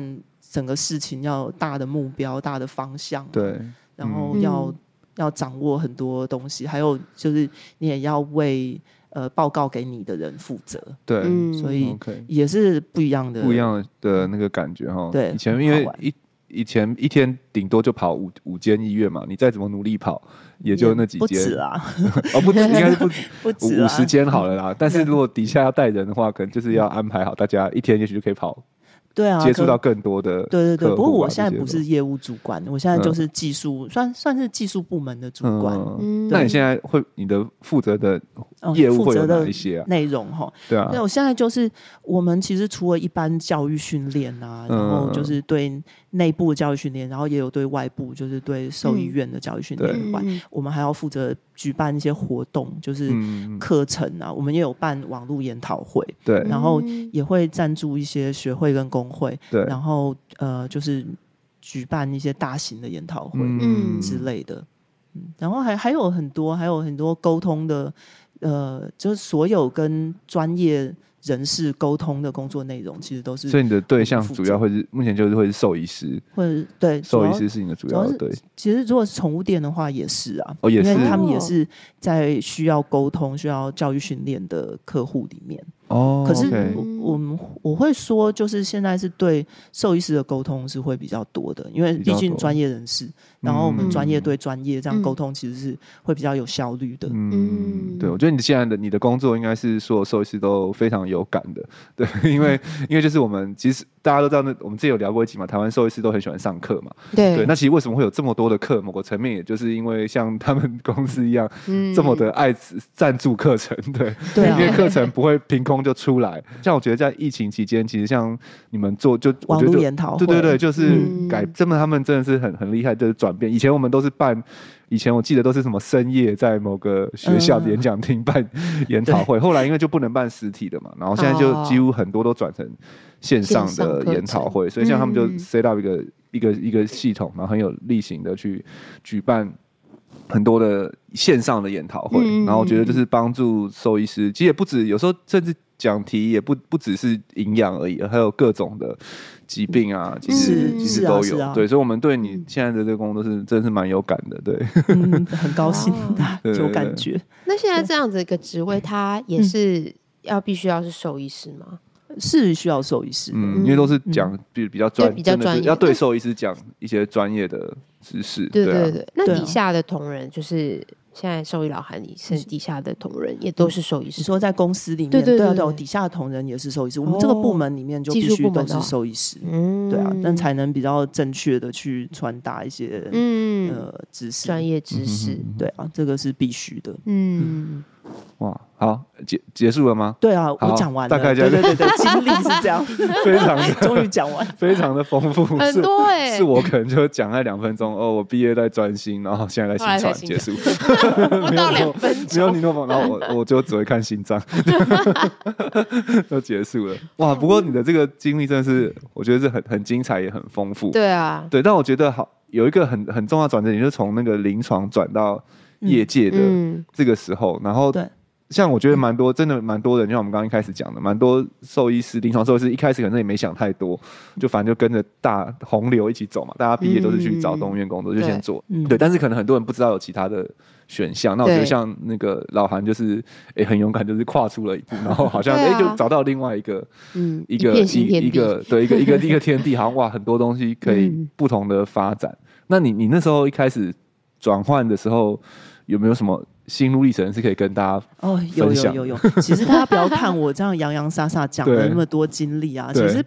C: 整个事情要有大的目标、大的方向，，
A: 对，
C: 然后
B: 嗯
C: 要要掌握很多东西，还有就是你也要为呃报告给你的人负责，
A: 对、
B: 嗯，
C: 所以
A: o k
C: 也是不一样的，
A: 不一样的那个感觉哈。
C: 对
A: 以前因为
C: 很好玩
A: 一以前一天顶多就跑五五间医院嘛，你再怎么努力跑，也就那几
C: 不
A: 间
C: 止啊，
A: 哦， 不止，应该是不止
C: 不止
A: 五
C: 啊，
A: 五十间好了啦。但是如果底下要带人的话，可能就是要安排好，大家一天也许就可以跑，
C: 对啊，
A: 接触
C: 可
A: 到更多的
C: 对对对，
A: 客户啊
C: 不过我现在
A: 这些
C: 不
A: 的
C: 是业务主管，我现在
A: 嗯
C: 就是技术，算算是技术部门的主管。
A: 嗯
B: 嗯
A: 那你现在会你的负责的
C: 哦
A: 业务
C: 负
A: 会有
C: 责
A: 哪
C: 的
A: 一些啊？
C: 内容哈，
A: 对啊
C: 那、，我现在就是我们其实除了一般教育训练啊，
A: 嗯
C: 然后就是对内部的教育训练，然后也有对外部，就是对兽医院的教育训练
A: 嗯
C: 以外，我们还要负责举办一些活动，就是
A: 嗯，
C: 课程啊，我们也有办网络研讨会，
A: 对
C: 然后
B: 嗯
C: 也会赞助一些学会跟工会，
A: 对，
C: 然后呃，就是举办一些大型的研讨会。
B: 嗯
C: 之类的。嗯，然后还还有很多，还有很多沟通的，呃，就是所有跟专业人士沟通的工作内容，其实都
A: 所
C: 是
A: 以你的对象
C: 负责
A: 主要会是目前就是会是兽医师，
C: 或者对，主
A: 兽医
C: 要
A: 师是你的主
C: 主要
A: 要的
C: 是
A: 对，
C: 其实如果是宠物店的话，也是啊，
A: 哦也
C: 因
A: 是
C: 为他们也
B: 哦
C: 是在需要沟通、需要教育训练的客户里面。
A: 哦
C: 可是
A: OK
C: 我我们我会说，就是现在是对兽医师的沟通是会比较多的，因为
A: 比
C: 毕
A: 较
C: 竟
A: 多
C: 专业人士，然后我们
A: 嗯
C: 专业对专业这样
B: 嗯
C: 沟通，其实是会比较有效率的。
A: 嗯，
B: 嗯
A: 对，我觉得你现在的你的工作应该是所有兽医师都非常有感的， 对，因为因为就是我们其实大家都知道，那我们之前有聊过一集嘛，台湾兽医师都很喜欢上课嘛，对，
B: 对，
A: 那其实为什么会有这么多的课？某个层面，也就是因为像他们公司一样，
B: 嗯
A: 这么的爱赞助课程， 对，
C: 对
A: 因为
C: 啊，
A: 课程不会凭空就出 来。像我觉得在疫情期间，其实像你们做就我
C: 网
A: 觉得
C: 络
A: 就
C: 研讨会，
A: 对对对，就是
B: 嗯
A: 改，真的他们真的是很很厉害，就是转变。以前我们都是办，以前我记得都是什么深夜在某个学校的
C: 嗯
A: 演讲厅办研讨会，后来因为就不能办实体的嘛，然后现在就
B: 哦
A: 几乎很多都转成线上
C: 哦
B: 线上
A: 的
B: 课
A: 研讨
B: 程
A: 会，所以像他们就
B: 嗯
A: set up 一个一个一个系统，然后很有例行的去举办。很多的线上的研讨会，
B: 嗯
A: 然后我觉得就是帮助兽医师，其实也不止，有时候甚至讲题也不不只是营养而已，还有各种的疾病啊，其实、
B: 嗯是
A: 其实
C: 是啊
A: 都有、
C: 是啊
A: 对，所以我们对你
B: 嗯
A: 现在的这个工作是真是蛮有感的， 对，
C: 嗯，很高兴
B: 哇
A: 对对
C: 有
A: 对
C: 感觉。
B: 那现在这样子一个职
C: 嗯
B: 位，他也是要必须要是兽医师吗？
C: 是需要兽医师的，
A: 嗯，因为都是讲比比较专，
B: 对比较
A: 真的是
B: 专业
A: 要对兽医师讲一些专业的知识，
B: 对
A: 对啊
B: 对对，那
C: 对啊
B: 底下的同仁就是现在兽医老韩，你
C: 嗯
B: 是底下的同仁也都是兽医
C: 你
B: 师，
C: 说在公司里面，
B: 对对
C: 啊
B: 对
C: 对啊，
B: 对
C: 底下的同仁也是兽医师，我
B: 哦
C: 们这个部门里面就必
B: 技术
C: 须
B: 部
C: 都
B: 门的
C: 是
B: 哦
C: 兽医师，
B: 嗯，
C: 对啊，但才能比较正确的去传达一些
B: 嗯
C: 呃知识，
B: 专业知识，
C: 对啊，这个是必须的。
B: 嗯，
A: 哇，好结结束了吗？
C: 对啊，
A: 好
C: 我讲完了，
A: 大概这
C: 对
A: 样
C: 对对对，经历是这样，
A: 非常的
C: 终于 讲完。
A: 非常的丰富，
C: 嗯
A: 是
B: 很多
A: 嗯
B: 哎
A: 是，我可能就讲了两分钟哦，我毕业在专心，然后现在在
B: 后
A: 新
B: 来在
A: 传结束，
B: 不到两分
A: 没有你
B: 钟，
A: 诺风，然后 我我就只会看心脏，就结束了。
B: 嗯
A: 哇，不过你的这个经历真的是，我觉得是很很精彩，也很丰富。
B: 对啊，
A: 对，但我觉得好有一个很很重要的转折点，就是从那个临床转到业界的
B: 嗯
A: 这个时候，然后
C: 对
A: 像我觉得蛮多，真的蛮多人，就像我们刚刚一开始讲的，蛮多兽医师、临床兽医师一开始可能也没想太多，就反正就跟着大洪流一起走嘛。大家毕业都是去找动物园工作，就先做。
C: 嗯
A: 对，但是可能很多人不知道有其他的选项。那我觉得
B: 对
A: 像那个老韩，就是诶、很勇敢，就是跨出了一步，然后好像诶、
B: 对啊
A: 就找到另外一个
B: 嗯，
A: 一个
B: 片
A: 一
B: 新天
A: 一
B: 地，
A: 个对一个一个一个天地，好像哇，很多东西可以
B: 嗯
A: 不同的发展。那你你那时候一开始转换的时候，有没有什么心路历程是可以跟大家？
C: 哦，有
A: 分享
C: 有有有，其实大家不要看我这样洋洋洒洒讲了
A: 对
C: 那么多经历啊，其
A: 对
C: 实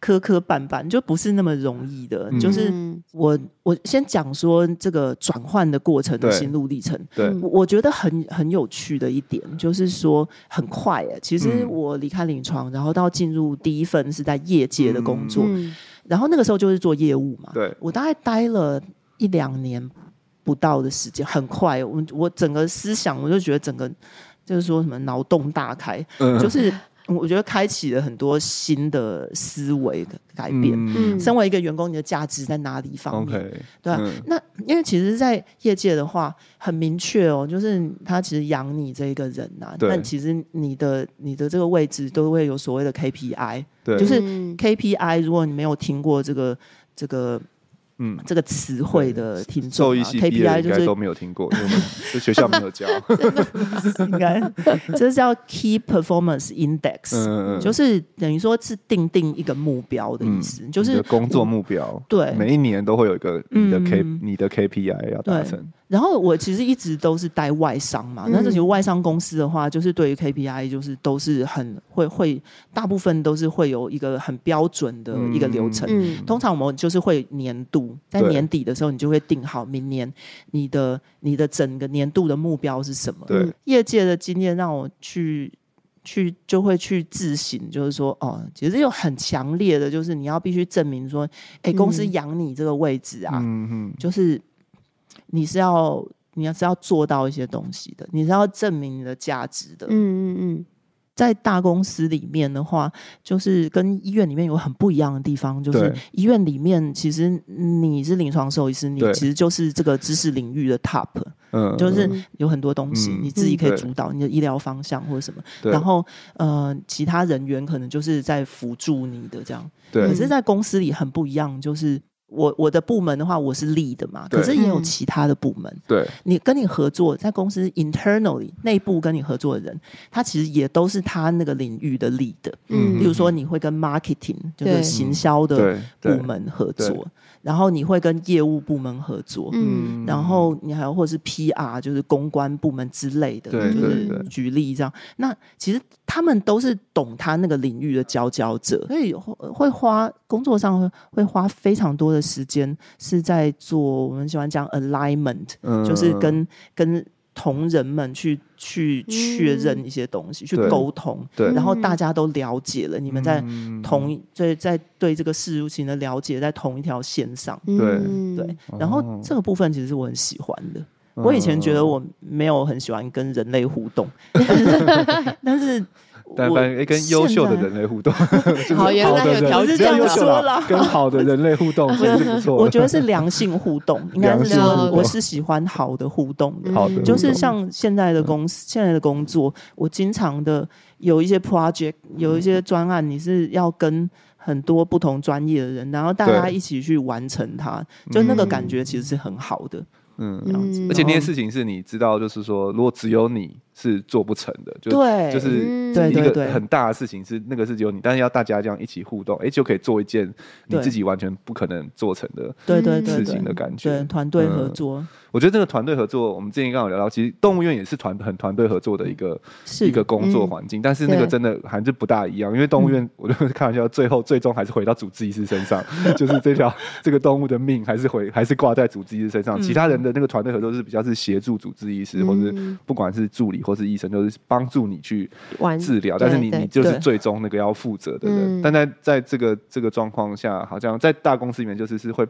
C: 磕磕绊绊就不是那么容易的。
A: 嗯
C: 就是
B: 嗯
C: 我我先讲说这个转换的过程的
A: 对
C: 心路历程，
A: 对，
B: 嗯
C: 我我觉得很很有趣的一点就是说很快诶、其实
A: 嗯
C: 我离开临床，然后到进入第一份是在业界的工作，
B: 嗯
C: 然后那个时候就是做业务嘛，
A: 对
C: 我大概待了一两年不到的时间，很快，我我整个思想我就觉得整个就是说什么脑洞大开，
A: 嗯
C: 就是我觉得开启了很多新的思维的改变。
B: 嗯
C: 身为一个员工，你的价值在哪里方面
A: OK，
C: 对啊
A: 嗯
C: 那因为其实，在业界的话，很明确哦，就是他其实养你这一个人呐、
A: 对
C: 那其实你的你的这个位置都会有所谓的 KPI，
A: 对，
C: 就是
B: 嗯
C: KPI，如果你没有听过这个这个
A: 嗯，
C: 这个词汇的听众、
A: 兽医
C: 啊、
A: 系毕业的
C: KPI
A: 应
C: 就
A: 该
C: 是
A: 都没有听过，因为我们就学校没有 教。
C: 应该这是叫 Key Performance Index，、
A: 嗯，
C: 就是是等于说是定定一个目标的意
A: 嗯
C: 思，就是
A: 工作
C: 我
A: 目标，
C: 对
A: 每一年都会有一个你的 K
C: 嗯
A: 你的 KPI 要达
C: 对
A: 成。
C: 然后我其实一直都是待外商嘛，
B: 嗯
C: 那这些外商公司的话，就是对于 KPI 就是都是很会会，大部分都是会有一个很标准的一个流程。
B: 嗯
C: 通常我们就是会年度，在
A: 对
C: 年底的时候，你就会定好明年你的你的整个年度的目标是什么。
A: 对
B: 嗯，
C: 业界的经验让我去去就会去自省，就是说哦，其实有很强烈的，就是你要必须证明说，哎，公司
B: 嗯
C: 养你这个位置啊，
A: 嗯嗯，
C: 就是你是要你要是要做到一些东西的，你是要证明你的价值的。
B: 嗯嗯
C: 在大公司里面的话，就是跟医院里面有很不一样的地方，就是
A: 对
C: 医院里面其实你是临床兽医师，你
A: 对
C: 其实就是这个知识领域的 top，
A: 嗯，
C: 就是
B: 嗯
C: 有很多东西、
A: 嗯
C: 你自己可以
A: 对
C: 主导你的医疗方向或者什么，
A: 嗯对
C: 然后呃，其他人员可能就是在辅助你的这样。可
A: 对
C: 是，在公司里很不一样，就是我我的部门的话，我是 lead 的嘛，
A: 对
C: 可是也有
B: 嗯
C: 其他的部门，
A: 对
C: 你跟你合作在公司 internally 内部跟你合作的人，他其实也都是他那个领域的 lead 的。
B: 嗯，
C: 比如说，你会跟 marketing 就
B: 对
C: 是行销的
A: 嗯对
C: 部
A: 对，
C: 门合
A: 对
C: 作，然后你会跟业务部门合作，
B: 嗯
C: 然后你还有或者是 PR 就是公关部门之类的，
A: 对
C: 就
A: 对
C: 是
A: 对，
C: 举例这样。那其实他们都是懂他那个领域的佼佼者，所以会会花工作上会会花非常多的时间是在做我们喜欢讲 alignment，、
A: 嗯
C: 就是跟跟同仁们去去确认一些东西，去
A: 对
C: 沟通，
A: 对
C: 然后大家都了解了，你们在
A: 嗯
C: 同一在在对这个事情的了解在同一条线上。
B: 嗯
C: 对，
A: 哦嗯
C: 然后这个部分其实是我很喜欢的。我以前觉得我没有很喜欢跟人类互 动，但是
A: 但
C: 我
A: 凡诶跟优秀的
C: 现在
A: 人类互 动，就是
B: 好原来
A: 的
B: 有
A: 人
B: 条
A: 不是
B: 件哦
A: 这样
B: 这
A: 优
B: 么
A: 秀
C: 说
A: 啦
C: 啦
A: 跟好的人类互 动其实是不错的。
C: 我觉得是良性互动，应该是
A: 良
B: 性互
C: 说
B: 动
C: 我是喜欢好的互动的。
A: 好的
B: 嗯
C: 就是像现在的公司，现在的工作，我经常的有一些 project，有一些专案，你是要跟很多不同专业的人，然后大家
A: 对
C: 一起去完成它，就那个
A: 嗯
C: 感觉其实是很好的。
A: 嗯，
C: 这样子
B: 嗯
A: 而且那些
C: 然后
A: 事情是你知道，就是说，如果只有你是做不成的，就
C: 对
A: 就是
B: 嗯
C: 对
A: 一
C: 对
A: 个很大的事情是那个是只有你，但是要大家这样一起互动，哎，就可以做一件你
C: 对
A: 自己完全不可能做成的
C: 对对
B: 嗯
C: 对
A: 事情的
C: 对，
A: 感
C: 对
A: 觉。
C: 团队合
A: 嗯
C: 作
A: 我觉得这个团队合作，我们之前刚好聊到，其实动物园也是团很团队合作的一个
C: 是
A: 一个工作
B: 嗯
A: 环境，但是那个
B: 对嗯
A: 真的还是不大一样，因为动物园，我就是开玩笑，最后最终还是回到主治医师身上，就是这条这个动物的命还是回还是挂在主治医师身上，其他人的那个团队合作是比较是协助主治医师，或是
B: 嗯
A: 不管是助理或是医生，就是帮助你去
B: 玩
A: 治疗，但是
B: 对
A: 你
B: 嗯对
A: 你就是
C: 对
A: 最终那个要负责的人。
B: 嗯
A: 但在在这个这个状况下，好像在大公司里面就是是会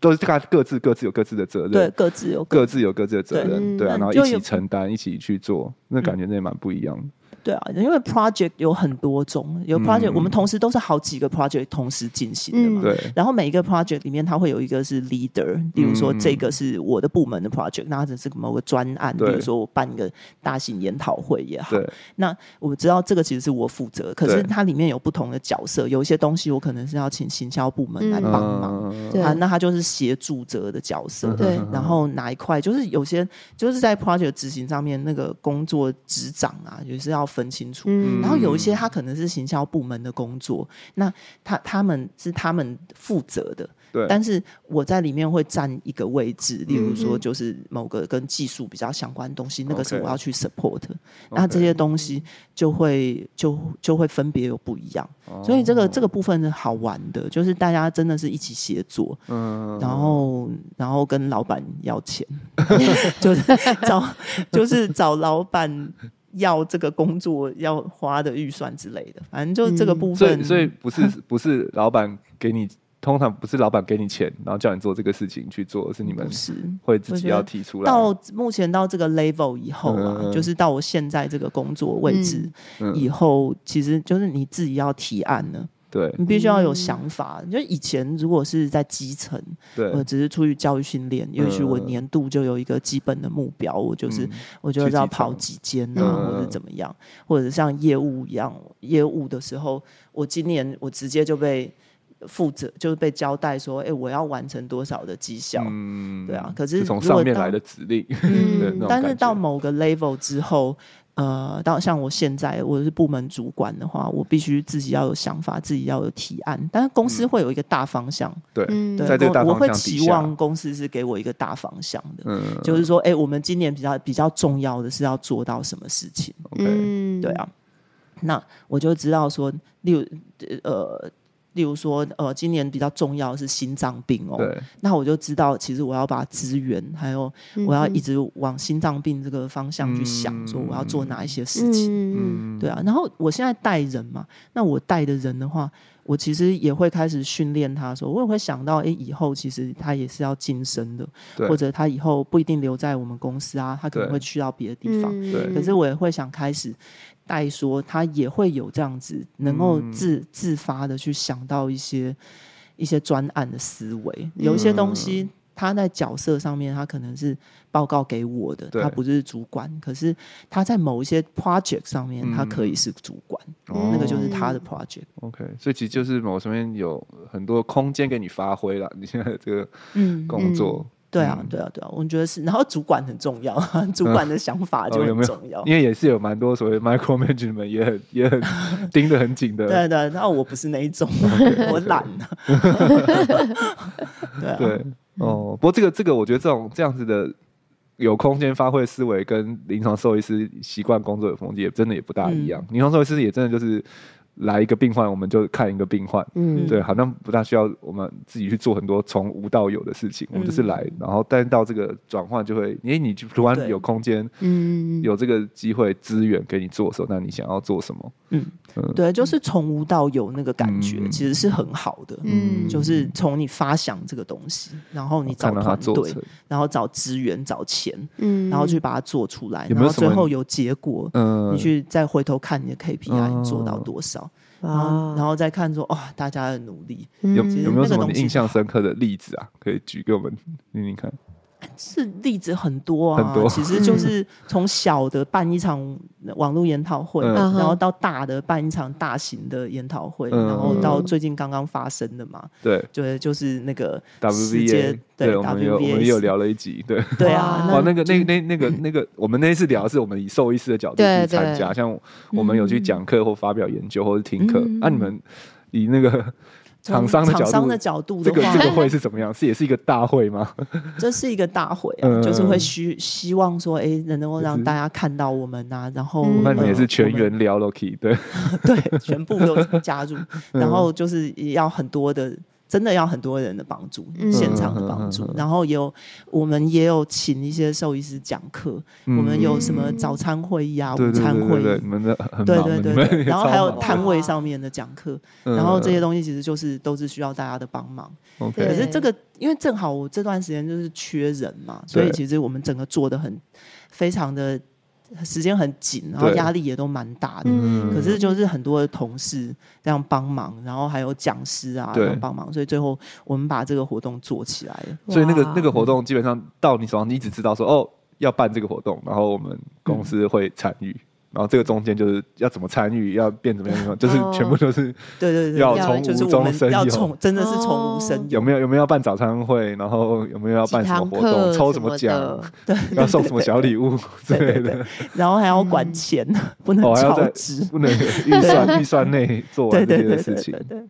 A: 都是大家各自各自有各自的责任，
C: 对各自有
A: 各自有各自的责任，
B: 对
A: 对啊，
C: 嗯
A: 然后
C: 就
A: 一起
C: 有
A: 承担，一起去做，那
B: 嗯
A: 感觉那也蛮不一样的。
C: 对啊，因为 project 有很多种，有 project、
A: 嗯
C: 我们同时都是好几个 project 同时进行的嘛。
B: 嗯
A: 对，
C: 然后每一个 project 里面，它会有一个是 leader，例如
A: 嗯
C: 说这个是我的部门的 project，那这是某个专案，比
A: 对
C: 如说我办一个大型研讨会也好，
A: 对，
C: 那我知道这个其实是我负责，可是
A: 对
C: 它里面有不同的角色，有一些东西我可能是要请行销部门来
B: 嗯
C: 帮忙、
A: 嗯
B: 对
C: 啊，那他就是协助者的角色，
B: 对
C: 然后哪一块就是有些就是在 project 执行上面那个工作执掌啊，也是要分清楚。
B: 嗯
C: 然后有一些他可能是行销部门的工作，那他他们是他们负责的，
A: 对，
C: 但是我在里面会占一个位置，例如说
B: 嗯
C: 就是某个跟技术比较相关的东西，那个是
A: OK
C: 我要去 support，的那
A: OK
C: 这些东西就会就就会分别有不一样，
A: 哦
C: 所以这个这个部分是好玩的，就是大家真的是一起协作，
A: 嗯
C: 然后然后跟老板要钱， 就是找 就是找老板要这个工作要花的预算之类的，反正就这个
B: 嗯
C: 部
A: 所
C: 分。
A: 以 所以不是不是老板给你，通常不是老板给你钱，然后叫你做这个事情去做，是你们
C: 不是
A: 会自己
C: 我觉得
A: 要提出来。
C: 到目前到这个 level 以后啊，
A: 嗯
C: 就是到我现在这个工作位置、
A: 嗯
C: 以后，其实就是你自己要提案了，
A: 对
C: 你必须要有
B: 嗯
C: 想法。就以前如果是在基层，呃
A: 对
C: 我，只是出于教育训练，也许我
A: 嗯
C: 年度就有一个基本的目标，我就是、
A: 嗯
C: 我就是要跑
A: 去
C: 几间啊，
A: 嗯
C: 或者怎么样，或者像业务一样，业务的时候，我今年我直接就被负责，就是被交代说，哎、我要完成多少的绩效。
A: 嗯
C: 对啊可是
A: 从
C: 如
A: 上
C: 果
A: 面
C: 到
A: 来的指令，
B: 嗯
A: 对那种
C: 但是
A: 感
C: 到
A: 觉
C: 某个 level 之后，呃，到像我现在我是部门主管的话，我必须自己要有想法，自己要有提案。但是公司会有一个大方向，
A: 对，
B: 嗯
C: 对，
A: 嗯在这个大
C: 我我
A: 方
C: 会
A: 向底
C: 期
A: 下
C: 望公司是给我一个大方向的，
A: 嗯，
C: 就是说，哎、我们今年比较比较重要的是要做到什么事情。
A: OK，
B: 嗯
C: 对，啊，那我就知道说，例如呃，例如说呃，今年比较重要的是心脏病哦，
A: 对，
C: 那我就知道其实我要把资源还有
B: 嗯
C: 我要一直往心脏病这个方向去想，
A: 嗯
C: 说我要做哪一些事情。
B: 嗯
A: 嗯，
B: 嗯
C: 对啊，然后我现在带人嘛，那我带的人的话，我其实也会开始训练他说，我也会想到，诶，以后其实他也是要晋升的，
A: 对，
C: 或者他以后不一定留在我们公司啊，他可能
A: 对
C: 会去到别的地
B: 嗯
C: 方。
A: 对
C: 可是我也会想开始带说，他也会有这样子能够
A: 嗯
C: 自、自发的去想到一些一些专案的思维，有一些东西。
A: 嗯
C: 他在角色上面，他可能是报告给我的，
A: 对
C: 他不是主管。可是他在某一些 project 上面，他可以是主管，
A: 哦
C: 那个就是他的 project。
A: OK，所以其实就是某层面有很多空间给你发挥了。你现在这个
C: 嗯，
A: 工作，
C: 对啊
A: 嗯，
C: 对啊，对啊，我觉得是。然后主管很重要，主管的想法就
A: 哦有
C: 很
A: 没有
C: 重要。
A: 因为也是有蛮多所谓 micro management 也很也 很盯得很紧的，
C: 对对，然后我不是那 一种，我懒。 对啊，
A: 对哦。不过这个这个，我觉得这种这样子的有空间发挥的思维，跟临床兽医师习惯工作的风气也真的也不大一样。
C: 嗯
A: 临床兽医师也真的就是来一个病患，我们就看一个病患，
B: 嗯
A: 对，好像不大需要我们自己去做很多从无到有的事情，我们就是来，然后但到这个转换就会，因为你就突然
C: 嗯对
A: 有空间，
B: 嗯
A: 有这个机会资源给你做的时候，那你想要做什么？
C: 嗯
A: 嗯，
C: 对，就是从无到有那个感觉，
A: 嗯
C: 其实是很好的。
B: 嗯
C: 就是从你发想这个东西，然后你
A: 哦
C: 找
A: 看到它
C: 团
A: 做
C: 队
A: 成，，
C: 然后找资源、找钱，
B: 嗯
C: 然后去把它做出来，
A: 有没
C: 然
A: 有
C: 后最
A: 什么
C: 后有结果，
A: 嗯
C: 你去再回头看你的 KPI
A: 哦
C: 你做到多少，然后
B: 啊，
C: 然后再看说哇，大家的努力
A: 有
C: 其实
B: 嗯
A: 有没有
C: 嗯那
A: 什
C: 个
A: 么
C: 东
A: 你
C: 西
A: 印象
C: 是
A: 深刻的例子啊？可以举给我们听听看。
C: 是例子很多啊，
A: 很多
C: 其实就是从小的办一场网络研讨会，
A: 嗯
C: 然后到大的办一场大型的研讨会，
A: 嗯
C: 然后到最近刚刚发生的嘛，
A: 对
C: 对，就是那个世界
A: WVA，
C: 对
A: 我们有我们也有
C: WVA
A: 聊了一集，对。
C: 对啊，
A: 哇，那
C: 那
A: 个、那、那、那个、那个，我们那一次聊的是我们以兽医师的角度去
B: 对
A: 参加，
B: 对
A: 像我们有去讲课或发表研究或是听课，
C: 嗯
A: 那、你们以那个厂
C: 从
A: 商的角
C: 厂商
A: 度
C: 的，角度
A: 这
C: 的
A: 个
C: 话，嗯
A: 这个会是怎么样？是也是一个大会吗？
C: 这是一个大会
A: 嗯
C: 啊，就是会希希望说，哎，能
A: 就
C: 够让
A: 是
C: 大家看到我们啊，然后
B: 嗯
A: 那你们也
C: 呃
A: 是全
C: 我们
A: 员聊 Loki，对，
C: 对，全部都加 入，
A: 嗯
C: 然后就是也要很多的，真的要很多人的帮助，
B: 嗯
C: 现场的帮
A: 嗯
C: 助
A: 嗯嗯嗯。
C: 然后也有我们也有请一些兽医师讲课，
A: 嗯
C: 我们有什么早餐会议啊、
A: 对
C: 午
A: 对
C: 餐
A: 对
C: 会
A: 对嗯对，你
C: 议。
A: 们的很
C: 对
A: 忙的，
C: 对对
A: 你们
C: 对，
A: 也
C: 然后还
A: 超
C: 有
A: 忙的
C: 摊位上面的讲课，
A: 嗯
C: 然后这些东西其实就是都是需要大家的帮忙。可
A: OK，
B: 对
C: 是这个，因为正好我这段时间就是缺人嘛，所以
A: 对
C: 其实我们整个做的很非常的时间很紧，然后
A: 对
C: 压力也都蛮大的。
A: 嗯
C: 可是就是很多的同事这样帮忙，然后还有讲师啊
A: 对
C: 这样帮忙，所以最后我们把这个活动做起来了。
A: 所以那个那个
B: 哇
A: 活动基本上到你手上，你只知道说哦要办这个活动，然后我们公司会参与。然后这个中间就是要怎么参与，要变怎么样，怎么样就是
B: 哦
A: 全部都是
C: 对对对，
A: 要哦
C: 对
A: 从
C: 就是
A: 无
C: 我
A: 中
C: 们
A: 生
C: 要
A: 有
C: 从真的是从无生
A: 有
C: 有。
A: 没有有没有要办早餐会，然后有没有要
B: 几
A: 办什么
B: 堂
A: 活动，
B: 课
A: 抽
B: 什
A: 什么
B: 的
A: 奖，，要送什么小礼物之
C: 对
A: 类
C: 对
A: 的
C: 对，，然后还要
A: 嗯
C: 管钱， 不能
A: 哦还要
C: 超
A: 在
C: 支。
A: 不能预算预算内做
C: 对
A: 完这
C: 对对
A: 些
C: 对
A: 事情
C: 对。对，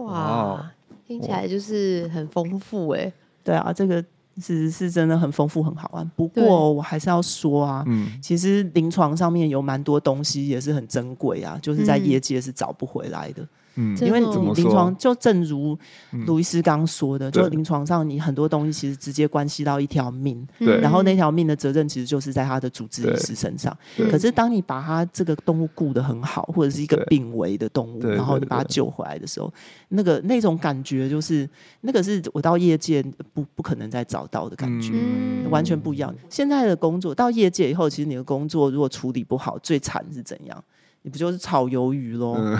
A: 哇哦
B: 哇，听起来就是很丰富哎，
C: 对啊，这个是是真的很丰富很好玩。不
B: 对
C: 过我还是要说啊，
A: 嗯，
C: 其实临床上面有蛮多东西也是很珍贵啊，就是在
B: 嗯
C: 业界是找不回来的。
A: 嗯
B: 真
C: 因为
B: 的哦
A: 怎
C: 你
A: 么
C: 临
A: 说
C: 床就正如
A: 嗯
C: 卢医师刚说的，
A: 对
C: 就临床上你很多东西其实直接关系到一条命，
B: 嗯
A: 对
C: 然后那条命的责任其实就是在他的主治医师身上。
B: 对
C: 可是当你把他这个动物顾得很好，或者是一个
A: 对
C: 病危的动物，
A: 对
C: 然后你
A: 对
C: 把它
A: 对
C: 救回来的时候，那个那种感觉就是那个是我到业界不不可能再找到的感觉。
B: 嗯
C: 完全不一样。现在的工作到业界以后，其实你的工作如果处理不好，最惨是怎样？你不就是炒鱿鱼喽？
A: 嗯，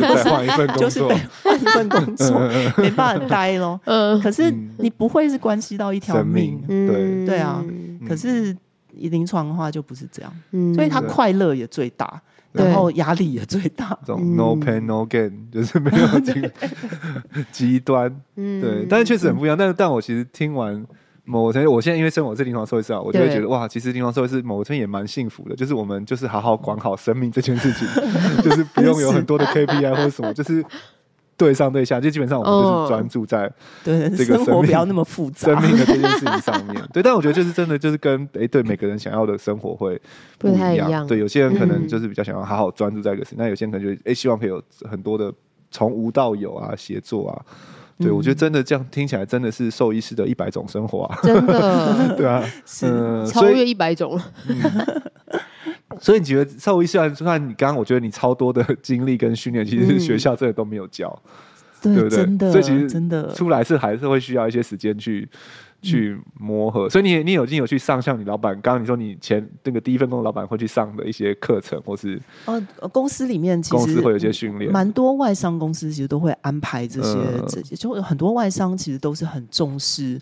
A: 再换一份工
C: 就是
A: 作
C: 得，换一份工作，没办法待咯。
B: 嗯
C: 可是
A: 嗯
C: 你不会是关系到一条
A: 生命
C: 命，
A: 对
C: 对啊
B: 嗯
A: 嗯
C: 可是临床的话就不是这样，
B: 嗯，
C: 所以他
A: 对
C: 快乐也最大，
B: 对
C: 然后压力也最大。
A: 这种 no
B: 嗯
A: pain no gain 就是没有 极极端，
B: 嗯
A: 对，但是确实很不一样。但但我其实听完某天，我现在因为生我是临床兽医师啊，我就会
B: 对
A: 觉得哇，其实临床兽医师某天也蛮幸福的，就是我们就是好好管好生命这件事 情，就是不用有很多的 KPI 或者什么，就是对上对下，就基本上我们就
B: 哦
A: 是专注在
C: 对，
A: 这个生
C: 生活
A: 命
C: 不要那么复杂
A: 生。命的这件事情上面。 对，但我觉得就是真的就是跟诶、对每个人想要的生活会
B: 不
A: 一
B: 太一
A: 样。
B: 样
A: 对，有些人可能
B: 嗯
A: 就是比较想要好好专注在一个事情，那有些人可能就诶、希望可以有很多的从无到有啊，协作啊。对，
B: 嗯
A: 我觉得真的这样听起来真的是兽医师的一百种生活 啊，
B: 嗯真的
A: 对啊，
C: 是
A: 嗯，
B: 超
A: 所以
B: 越一百种了。
A: 所以你觉得兽医虽然虽然你刚刚我觉得你超多的经历跟训练，其实
B: 嗯
A: 学校真的都没有教，
C: 对
A: 对不对
C: 真的，
A: 所以其实
C: 真的，嗯
A: 出来是还是会需要一些时间去去磨合。所以你也你有已经有去上像你老板，刚刚你说你前那个第一份工作老板会去上的一些课程，或是
C: 呃，呃公司里面其实
A: 公司会有一些训练。
C: 蛮多外商公司其实都会安排这些，
A: 嗯
C: 这些就有很多外商其实都是很重视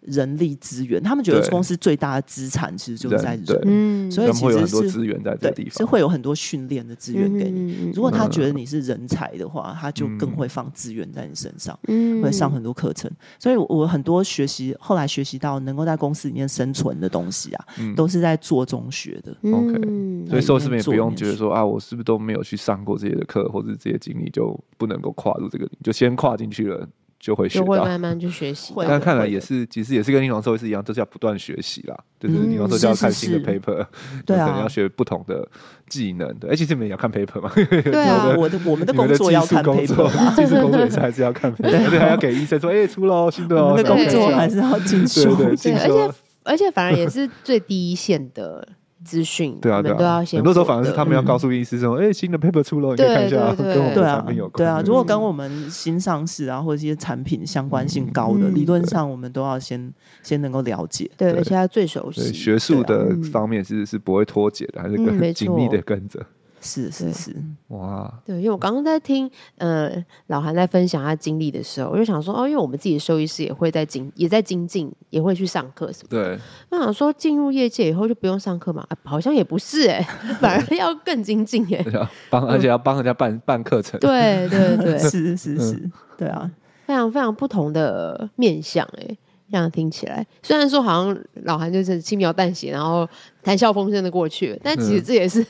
C: 人力资源，他们觉得
A: 对
C: 公司最大的资产其实就是在
A: 人对
C: 人，
B: 嗯，
C: 所以
A: 他们会有很多
C: 其实是
A: 资源在这个
C: 对
A: 地，
C: 是
A: 方，
C: 会有很多训练的资源给你。
B: 你
C: 如果他觉得你是人才的话，他就更
A: 嗯
C: 会放资源在你身上。
B: 嗯
C: 会上很多课程，所以我我很多学习，后来学习到能够在公司里面生存的东西啊，
A: 嗯
C: 都是在做中学的。
A: OK，
B: 嗯
A: 所以兽医师们也不
C: 做里
A: 用
C: 面
A: 觉得
C: 去
A: 说啊，我是不是都没有去上过这些的课，或者这些经历就不能够跨入这个领域，就先跨进去了就会学
B: 就会
A: 到。
B: 慢慢去学习
C: 会
B: 到。
A: 但看来
C: 会的
A: 也是，其实也是跟临床兽医师一样，就是要不断学习啦。就是临床
B: 嗯
A: 兽医师要
C: 是
A: 看
C: 是
A: 新的
C: 是
A: paper，
C: 对
A: 可能要
C: 啊，
A: 学不同的技能。对，哎，其实你们也要看 paper 嘛，
B: 对啊
C: 我，我的我们的
A: 你们
C: 工
A: 的
C: 作
A: 技
C: 要
A: 术
C: 看
A: 工作
C: paper，
A: 技术工作也是还是要看 paper，而且还要给医生说，哎，出喽，新的
C: 我
A: 哦
C: 们的工作
B: 对
C: 还是要进修
A: 对。对，进
B: 对，而
A: 修
B: 且。而且反而也是最低一线的资讯，
A: 对啊，
B: 你
A: 对
B: 们都
A: 啊，
B: 要先
A: 很多时候
B: 获
A: 反而是
B: 得
A: 他们要告诉医师说，哎，新的 paper 出喽，你可以看一下，跟
B: 对对对
A: 我们
C: 对
A: 的产
C: 啊
A: 品有，
C: 对
A: 关
C: 啊，
A: 的。
C: 如果跟我们新上市啊，或者一些产品相关性高的，
B: 嗯
C: 理论上我们都要先先能够了解。
B: 对，
A: 对
B: 而且要最熟
A: 对
B: 悉
A: 学术
C: 对
A: 的
B: 嗯
A: 方面是是不会脱节的，还是
B: 嗯没
A: 跟紧密
B: 错嗯
A: 的跟着。
C: 是是
B: 对
C: 是，
A: 哇，
B: 对，因为我刚刚在听呃老韩在分享他经历的时候，我就想说哦，因为我们自己的兽医师也会在精也在精进，也会去上课什么。
A: 对，
B: 那想说进入业界以后就不用上课嘛？啊、好像也不是哎、 反而要更精进哎、
A: 而且要帮而且要帮人家办办课程。
B: 对对对，
C: 是
A: 嗯
C: 是是，对啊，
B: 非常非常不同的面相哎、这样听起来，虽然说好像老韩就是轻描淡写，然后谈笑风生的过去了，但其实
A: 嗯
B: 这也是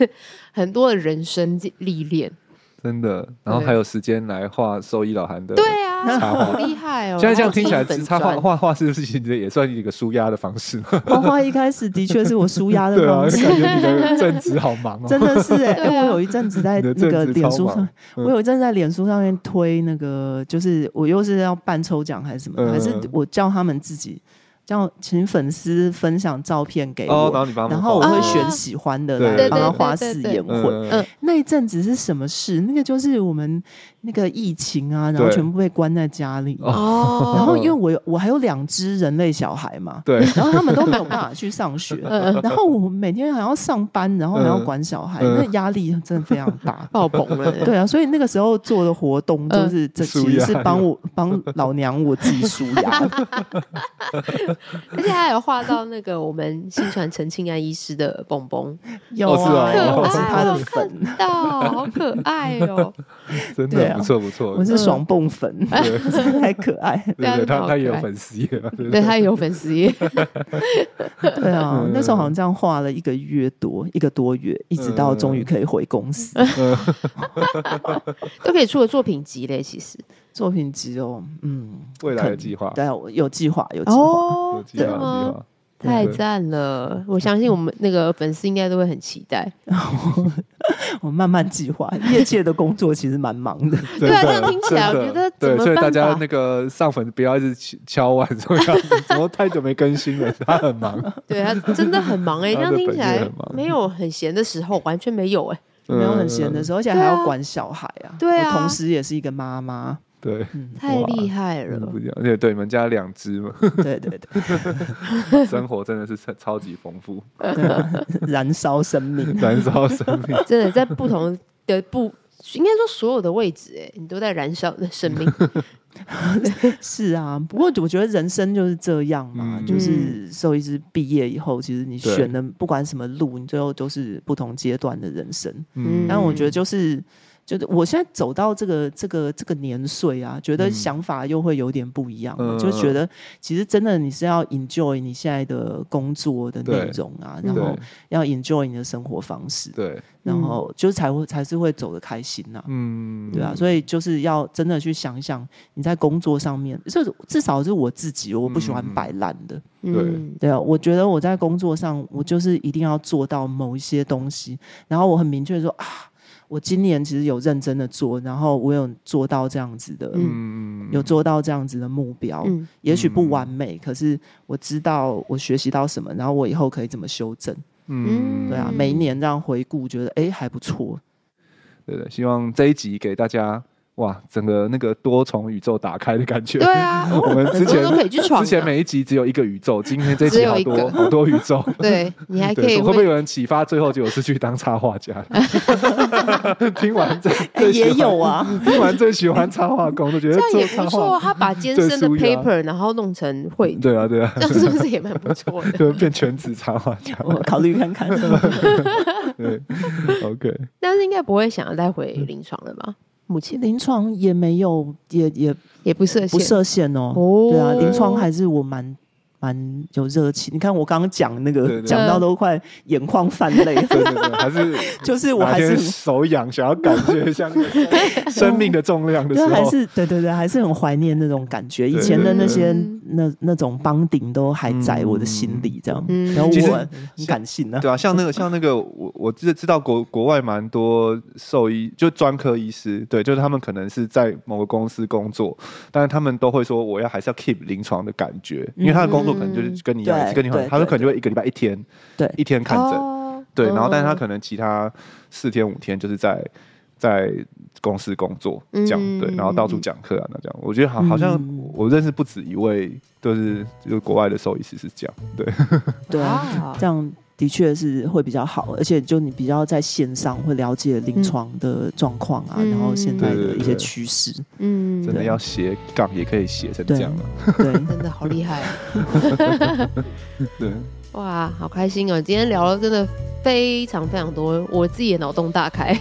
B: 很多的人生历练。
A: 真的，然后还有时间来画兽医老韩的。
B: 对啊，
A: 插画
B: 好厉害哦！
A: 现在这
B: 然
A: 样
B: 后
A: 听起来，
B: 自己
A: 插
B: 粉
A: 画
B: 砖
A: 画画是不是其实也算一个舒压的方式？
C: 花花一开始的确是我舒压的
A: 对啊，
C: 方
A: 感
C: 式，
A: 觉你的正职好忙哦。
C: 真的是哎、欸
B: 对啊
C: 我有一阵子在
A: 你的
C: 那
A: 正
C: 个
A: 职
C: 脸
A: 超
C: 书
A: 忙
C: 上，
A: 嗯
C: 我有一阵在脸书上面推那个，就是我又是要办抽奖还是什么，
A: 嗯
C: 还是我叫他们自己叫请粉丝分享照片给我。
A: 哦，然后你帮忙画，
C: 然后我会
B: 哦
C: 选喜欢的
A: 对
C: 来帮他画
B: 对对
C: 四
B: 对
C: 眼
B: 对
C: 会。
A: 嗯
B: 嗯
C: 那一阵子是什么事？那个就是我们那个疫情啊，然后
A: 对
C: 全部被关在家里。
A: 哦
B: 哦，
C: 然后因为我有我还有两只人类小孩嘛，
A: 对，
C: 然后他们都没有办法去 上学，
B: 嗯。
C: 然后我每天还要上班，然后还要
A: 嗯
C: 管小孩，
A: 嗯
C: 那压力真的非常大
B: 爆棚了，
C: 对啊，所以那个时候做的活动就是这，
A: 舒
C: 其实
A: 压
C: 是帮我帮老娘我自己舒压的。
B: 而且还有画到那个我们新传陈庆安医师的蹦蹦，
C: 有
A: 哦是
C: 啊，
A: 哦
C: 因为我
B: 可
C: 是
B: 爱
C: 他的
B: 我看
C: 粉，
B: 到好可爱哦，
A: 真
C: 对
A: 的
C: 啊
A: 不错不错
C: 我。是爽蹦粉，
A: 对
C: 太可爱。
B: 对
A: 对对，
B: 啊真的
A: 他
B: 好
A: 他也有
B: 可爱
A: 粉丝页 嘛，对不
B: 对他也有 粉丝耶，
C: 对啊
A: 嗯，
C: 那时候好像这样画了一个月多，一个多月，一直到终于
A: 嗯
C: 可以回公司
B: 都可以出个作品集嘞，其实
C: 作品集哦。嗯，
A: 未来
C: 可
A: 的计划，
C: 对啊，我有计划，有计划。
A: 有
B: 哦，
A: 计划
B: 真
A: 有
B: 的
A: 计
B: 吗？
A: 划。
B: 太
A: 对
B: 赞了！我相信我们那个粉丝应该都会很期待。
C: 我哦慢慢计划，业界的工作其实蛮忙的。
A: 真
B: 对啊
A: 的
B: 这样听起来
A: 真的
B: 我觉得怎
A: 对，
B: 么
A: 所以大
B: 办
A: 家
B: 法
A: 那个上粉不要一直敲敲碗说要，怎么太久没更新了，他很忙。
B: 对他真的很忙哎、 这
A: 他的
B: 样听起
A: 本业
B: 来
A: 很忙
B: 没有很闲的时候，完全没有哎、
C: 没有很闲的时候，而且
B: 对
C: 还
B: 啊
C: 要管小孩啊。
B: 对啊
C: 我同时也是一个妈妈。
A: 对，
C: 嗯，
B: 太
A: 哇
B: 厉害
A: 真的
B: 了
A: 不。一样。而且对你们家两只 嘛，
C: 对对对，
A: 生活真的是超超级丰富，
C: 对啊燃烧生命。
A: 燃烧生命。
B: 真的在不同的不应该说所有的位置，哎，你都在燃烧你的 生命。
C: 是啊，不过我觉得人生就是这样嘛，
A: 嗯
C: 就是兽医师毕业以后，其实你
A: 对
C: 选的不管什么路，你最后都是不同阶段的人生。
A: 嗯
B: 嗯
C: 但我觉得就是。就是我现在走到这个这个这个年岁啊，觉得
A: 嗯
C: 想法又会有点不一样，
A: 嗯
C: 就觉得其实真的你是要 enjoy 你现在的工作的内
A: 对
C: 容啊，
B: 嗯
C: 然后
A: 对
C: 要 enjoy 你的生活方式，
A: 对，
C: 然后就是才会才是会走得开心呐、
A: 嗯，
C: 对啊，所以就是要真的去想一想你在工作上面，就是至少是我自己，我不喜欢
A: 嗯
C: 摆烂的。
B: 嗯，
C: 对啊，我觉得我在工作上，我就是一定要做到某一些东西，然后我很明确地说啊，我今年其实有认真的做，然后我有做到这样子的，
B: 嗯
A: 嗯
C: 有做到这样子的目标，
B: 嗯
C: 也许不完美，可是我知道我学习到什么，然后我以后可以怎么修正。
A: 嗯，
C: 对啊，
B: 嗯
C: 每一年这样回顾，觉得哎、还不错。
A: 对对，希望这一集给大家哇，整个那个多重宇宙打开的感觉。
B: 对啊，
A: 我们之
B: 很多
A: 前
B: 都可以去闯啊。
A: 之前每一集只有一个宇宙，今天这一集好
B: 只有
A: 多
B: 一个
A: 好多宇宙。
B: 对你还可
A: 对，
B: 以
A: 会不会
B: 为
A: 有人启发最后结果是去当插画 家？听完这
C: 哎
A: 最喜
C: 也
A: 欢
C: 有， 啊，
A: 听完最喜欢插画工，都觉得
B: 这样
A: 做
B: 也
A: 插
B: 不错
A: 画
B: 啊。，他把艰
A: 最
B: 深的
A: 舒压
B: paper 然后弄成 会，
A: 对啊对啊
B: 这，样是不是也蛮不错的？
A: 就变全职插画家。
B: 哦
C: 我考虑看 看。
A: 对，OK，
B: 但是应该不会想要再回临床了吧？目前
C: 临床也没有，也也
B: 也不设
C: 不
B: 限，
C: 设限哦。
B: 哦
C: 对啊，临床还是我蛮蛮有热情。你看我刚刚讲那
A: 对
C: 个，
A: 对
C: 讲到都快眼眶泛 泪。
A: 对对对，还是
C: 就是我还
A: 哪
C: 是
A: 天手痒，想要感觉一下那个生命的重量的时
C: 就还
A: 候，
C: 是对对对，还是很怀念那种感觉。以前的那些那那种帮顶都还在我的心里，这样。
B: 嗯
C: 然后
A: 其实
C: 我很感性 呢。
A: 对啊，像那个像那个，我我知知道国国外蛮多兽医，就专科医师，对，就是他们可能是在某个公司工作，但是他们都会说我要还是要 keep 临床的感觉，因为他的工作可能就是跟你一样，
C: 嗯
A: 也是跟你
C: 对
A: 很，
C: 对
A: 他们可能就会一个礼拜一天，
C: 对哦嗯
A: 一天看诊，
B: 诊
A: 对，然后但是他可能其他四天五天就是在。在公司工作这样
B: 嗯
A: 对，然后到处讲课啊，那这样我觉得好，好像
C: 嗯
A: 我认识不止一位，就是就是国外的兽医师是这样，对，
C: 对啊，
B: 啊
C: 这样的确是会比较好，而且就你比较在线上会了解临床的状况啊，
B: 嗯
C: 然后现在
A: 对
C: 的
A: 对
C: 一些
A: 对
C: 趋势。
B: 嗯，
A: 真的
C: 对
A: 要斜杠也可以斜成
C: 对
A: 这样了，
C: 对，
B: 真的好厉害啊、
A: 对。
C: 嗯
B: 哇，好开心哦！今天聊了真的非常非常多，我自己也脑洞大开。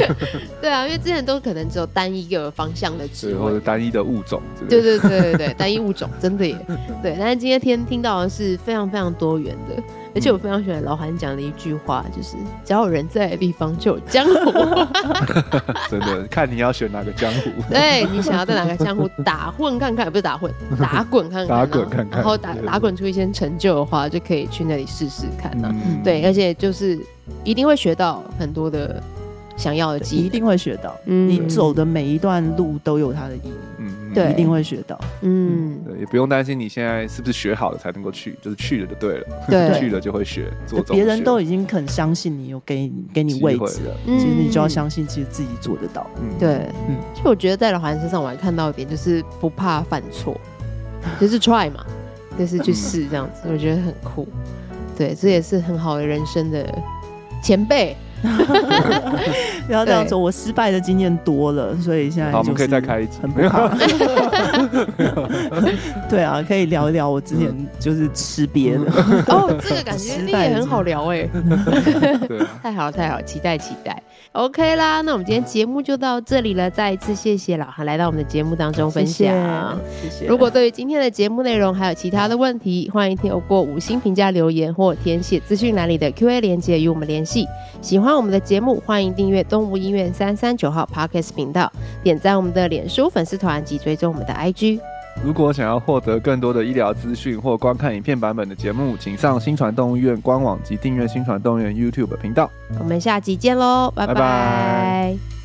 B: 对啊，因为之前都可能只有单一个方向的
A: 对，
B: 职
A: 或
B: 位
A: 者。单一的物种之类
B: 对
A: 的。
B: 对对对 对，单一物种真的耶。对，但是今天天听到的是非常非常多元的，而且我非常喜欢老韩讲的一句话，就是只要有人在的地方就有江湖。
A: 真的看你要选哪个江湖。
B: 对你想要在哪个江湖打混看看，不是打混，打滚看看，啊
A: 打滚看看
B: 然后打
A: 对
B: 打滚出一些成就的话，就可以去那里试试看啊。
A: 嗯
B: 对，，而且就是一定会学到很多的想要的技
C: 一
B: 能，
C: 定会学到。
B: 嗯
C: 你走的每一段路都有它的意义，
A: 嗯，嗯
B: 对
C: 一定会学到。
B: 嗯，
A: 对，也不用担心你现在是不是学好了才能够去，就是去了就对了， 去
B: 对，
A: 了就会学，做中
C: 别人
A: 学
C: 都已经肯相信你，有给你给你
A: 机
C: 位
A: 会
C: 置了，
B: 嗯
C: 其实你就要相信，其实自己做得到。
A: 嗯
B: 对，
C: 嗯
B: 就我觉得在老韩身上我还看到一点，就是不怕犯 错，就是 try 嘛，就是去试这样子，我觉得很酷。对，这也是很好的人生的前 辈。
C: 不要这样
B: 对
C: 说，我失败的经验多了，所以现在
A: 好，我们
C: 就
A: 可以
C: 是
A: 再开一集啊
C: 很不怕。 对啊，可以聊一聊我之
A: 嗯
C: 前就是吃瘪的。
B: 哦，这个感觉
C: 失
B: 那
C: 败
B: 也
C: 的
B: 很
C: 经
B: 好聊哎、
A: 对，
B: 太好了，太好了，期待期待。OK 啦，那我们今天节目就到这里了。再一次谢谢老韩来到我们的节目当中分 享。
C: 谢谢。
B: 如果对于今天的节目内容还有其他的问题，欢迎透过五星评价留言或填写资讯栏里的 Q&A 连接与我们联系。喜欢我们的节目，欢迎订阅东吴医院三三九号 Podcast 频道，点赞我们的脸书粉丝团及追踪我们的 IG。
A: 如果想要获得更多的医疗资讯或观看影片版本的节目，请上新传动物医院官网及订阅新传动物医院 YouTube 频道。
B: 我们下集见喽，拜
A: 拜拜
B: 拜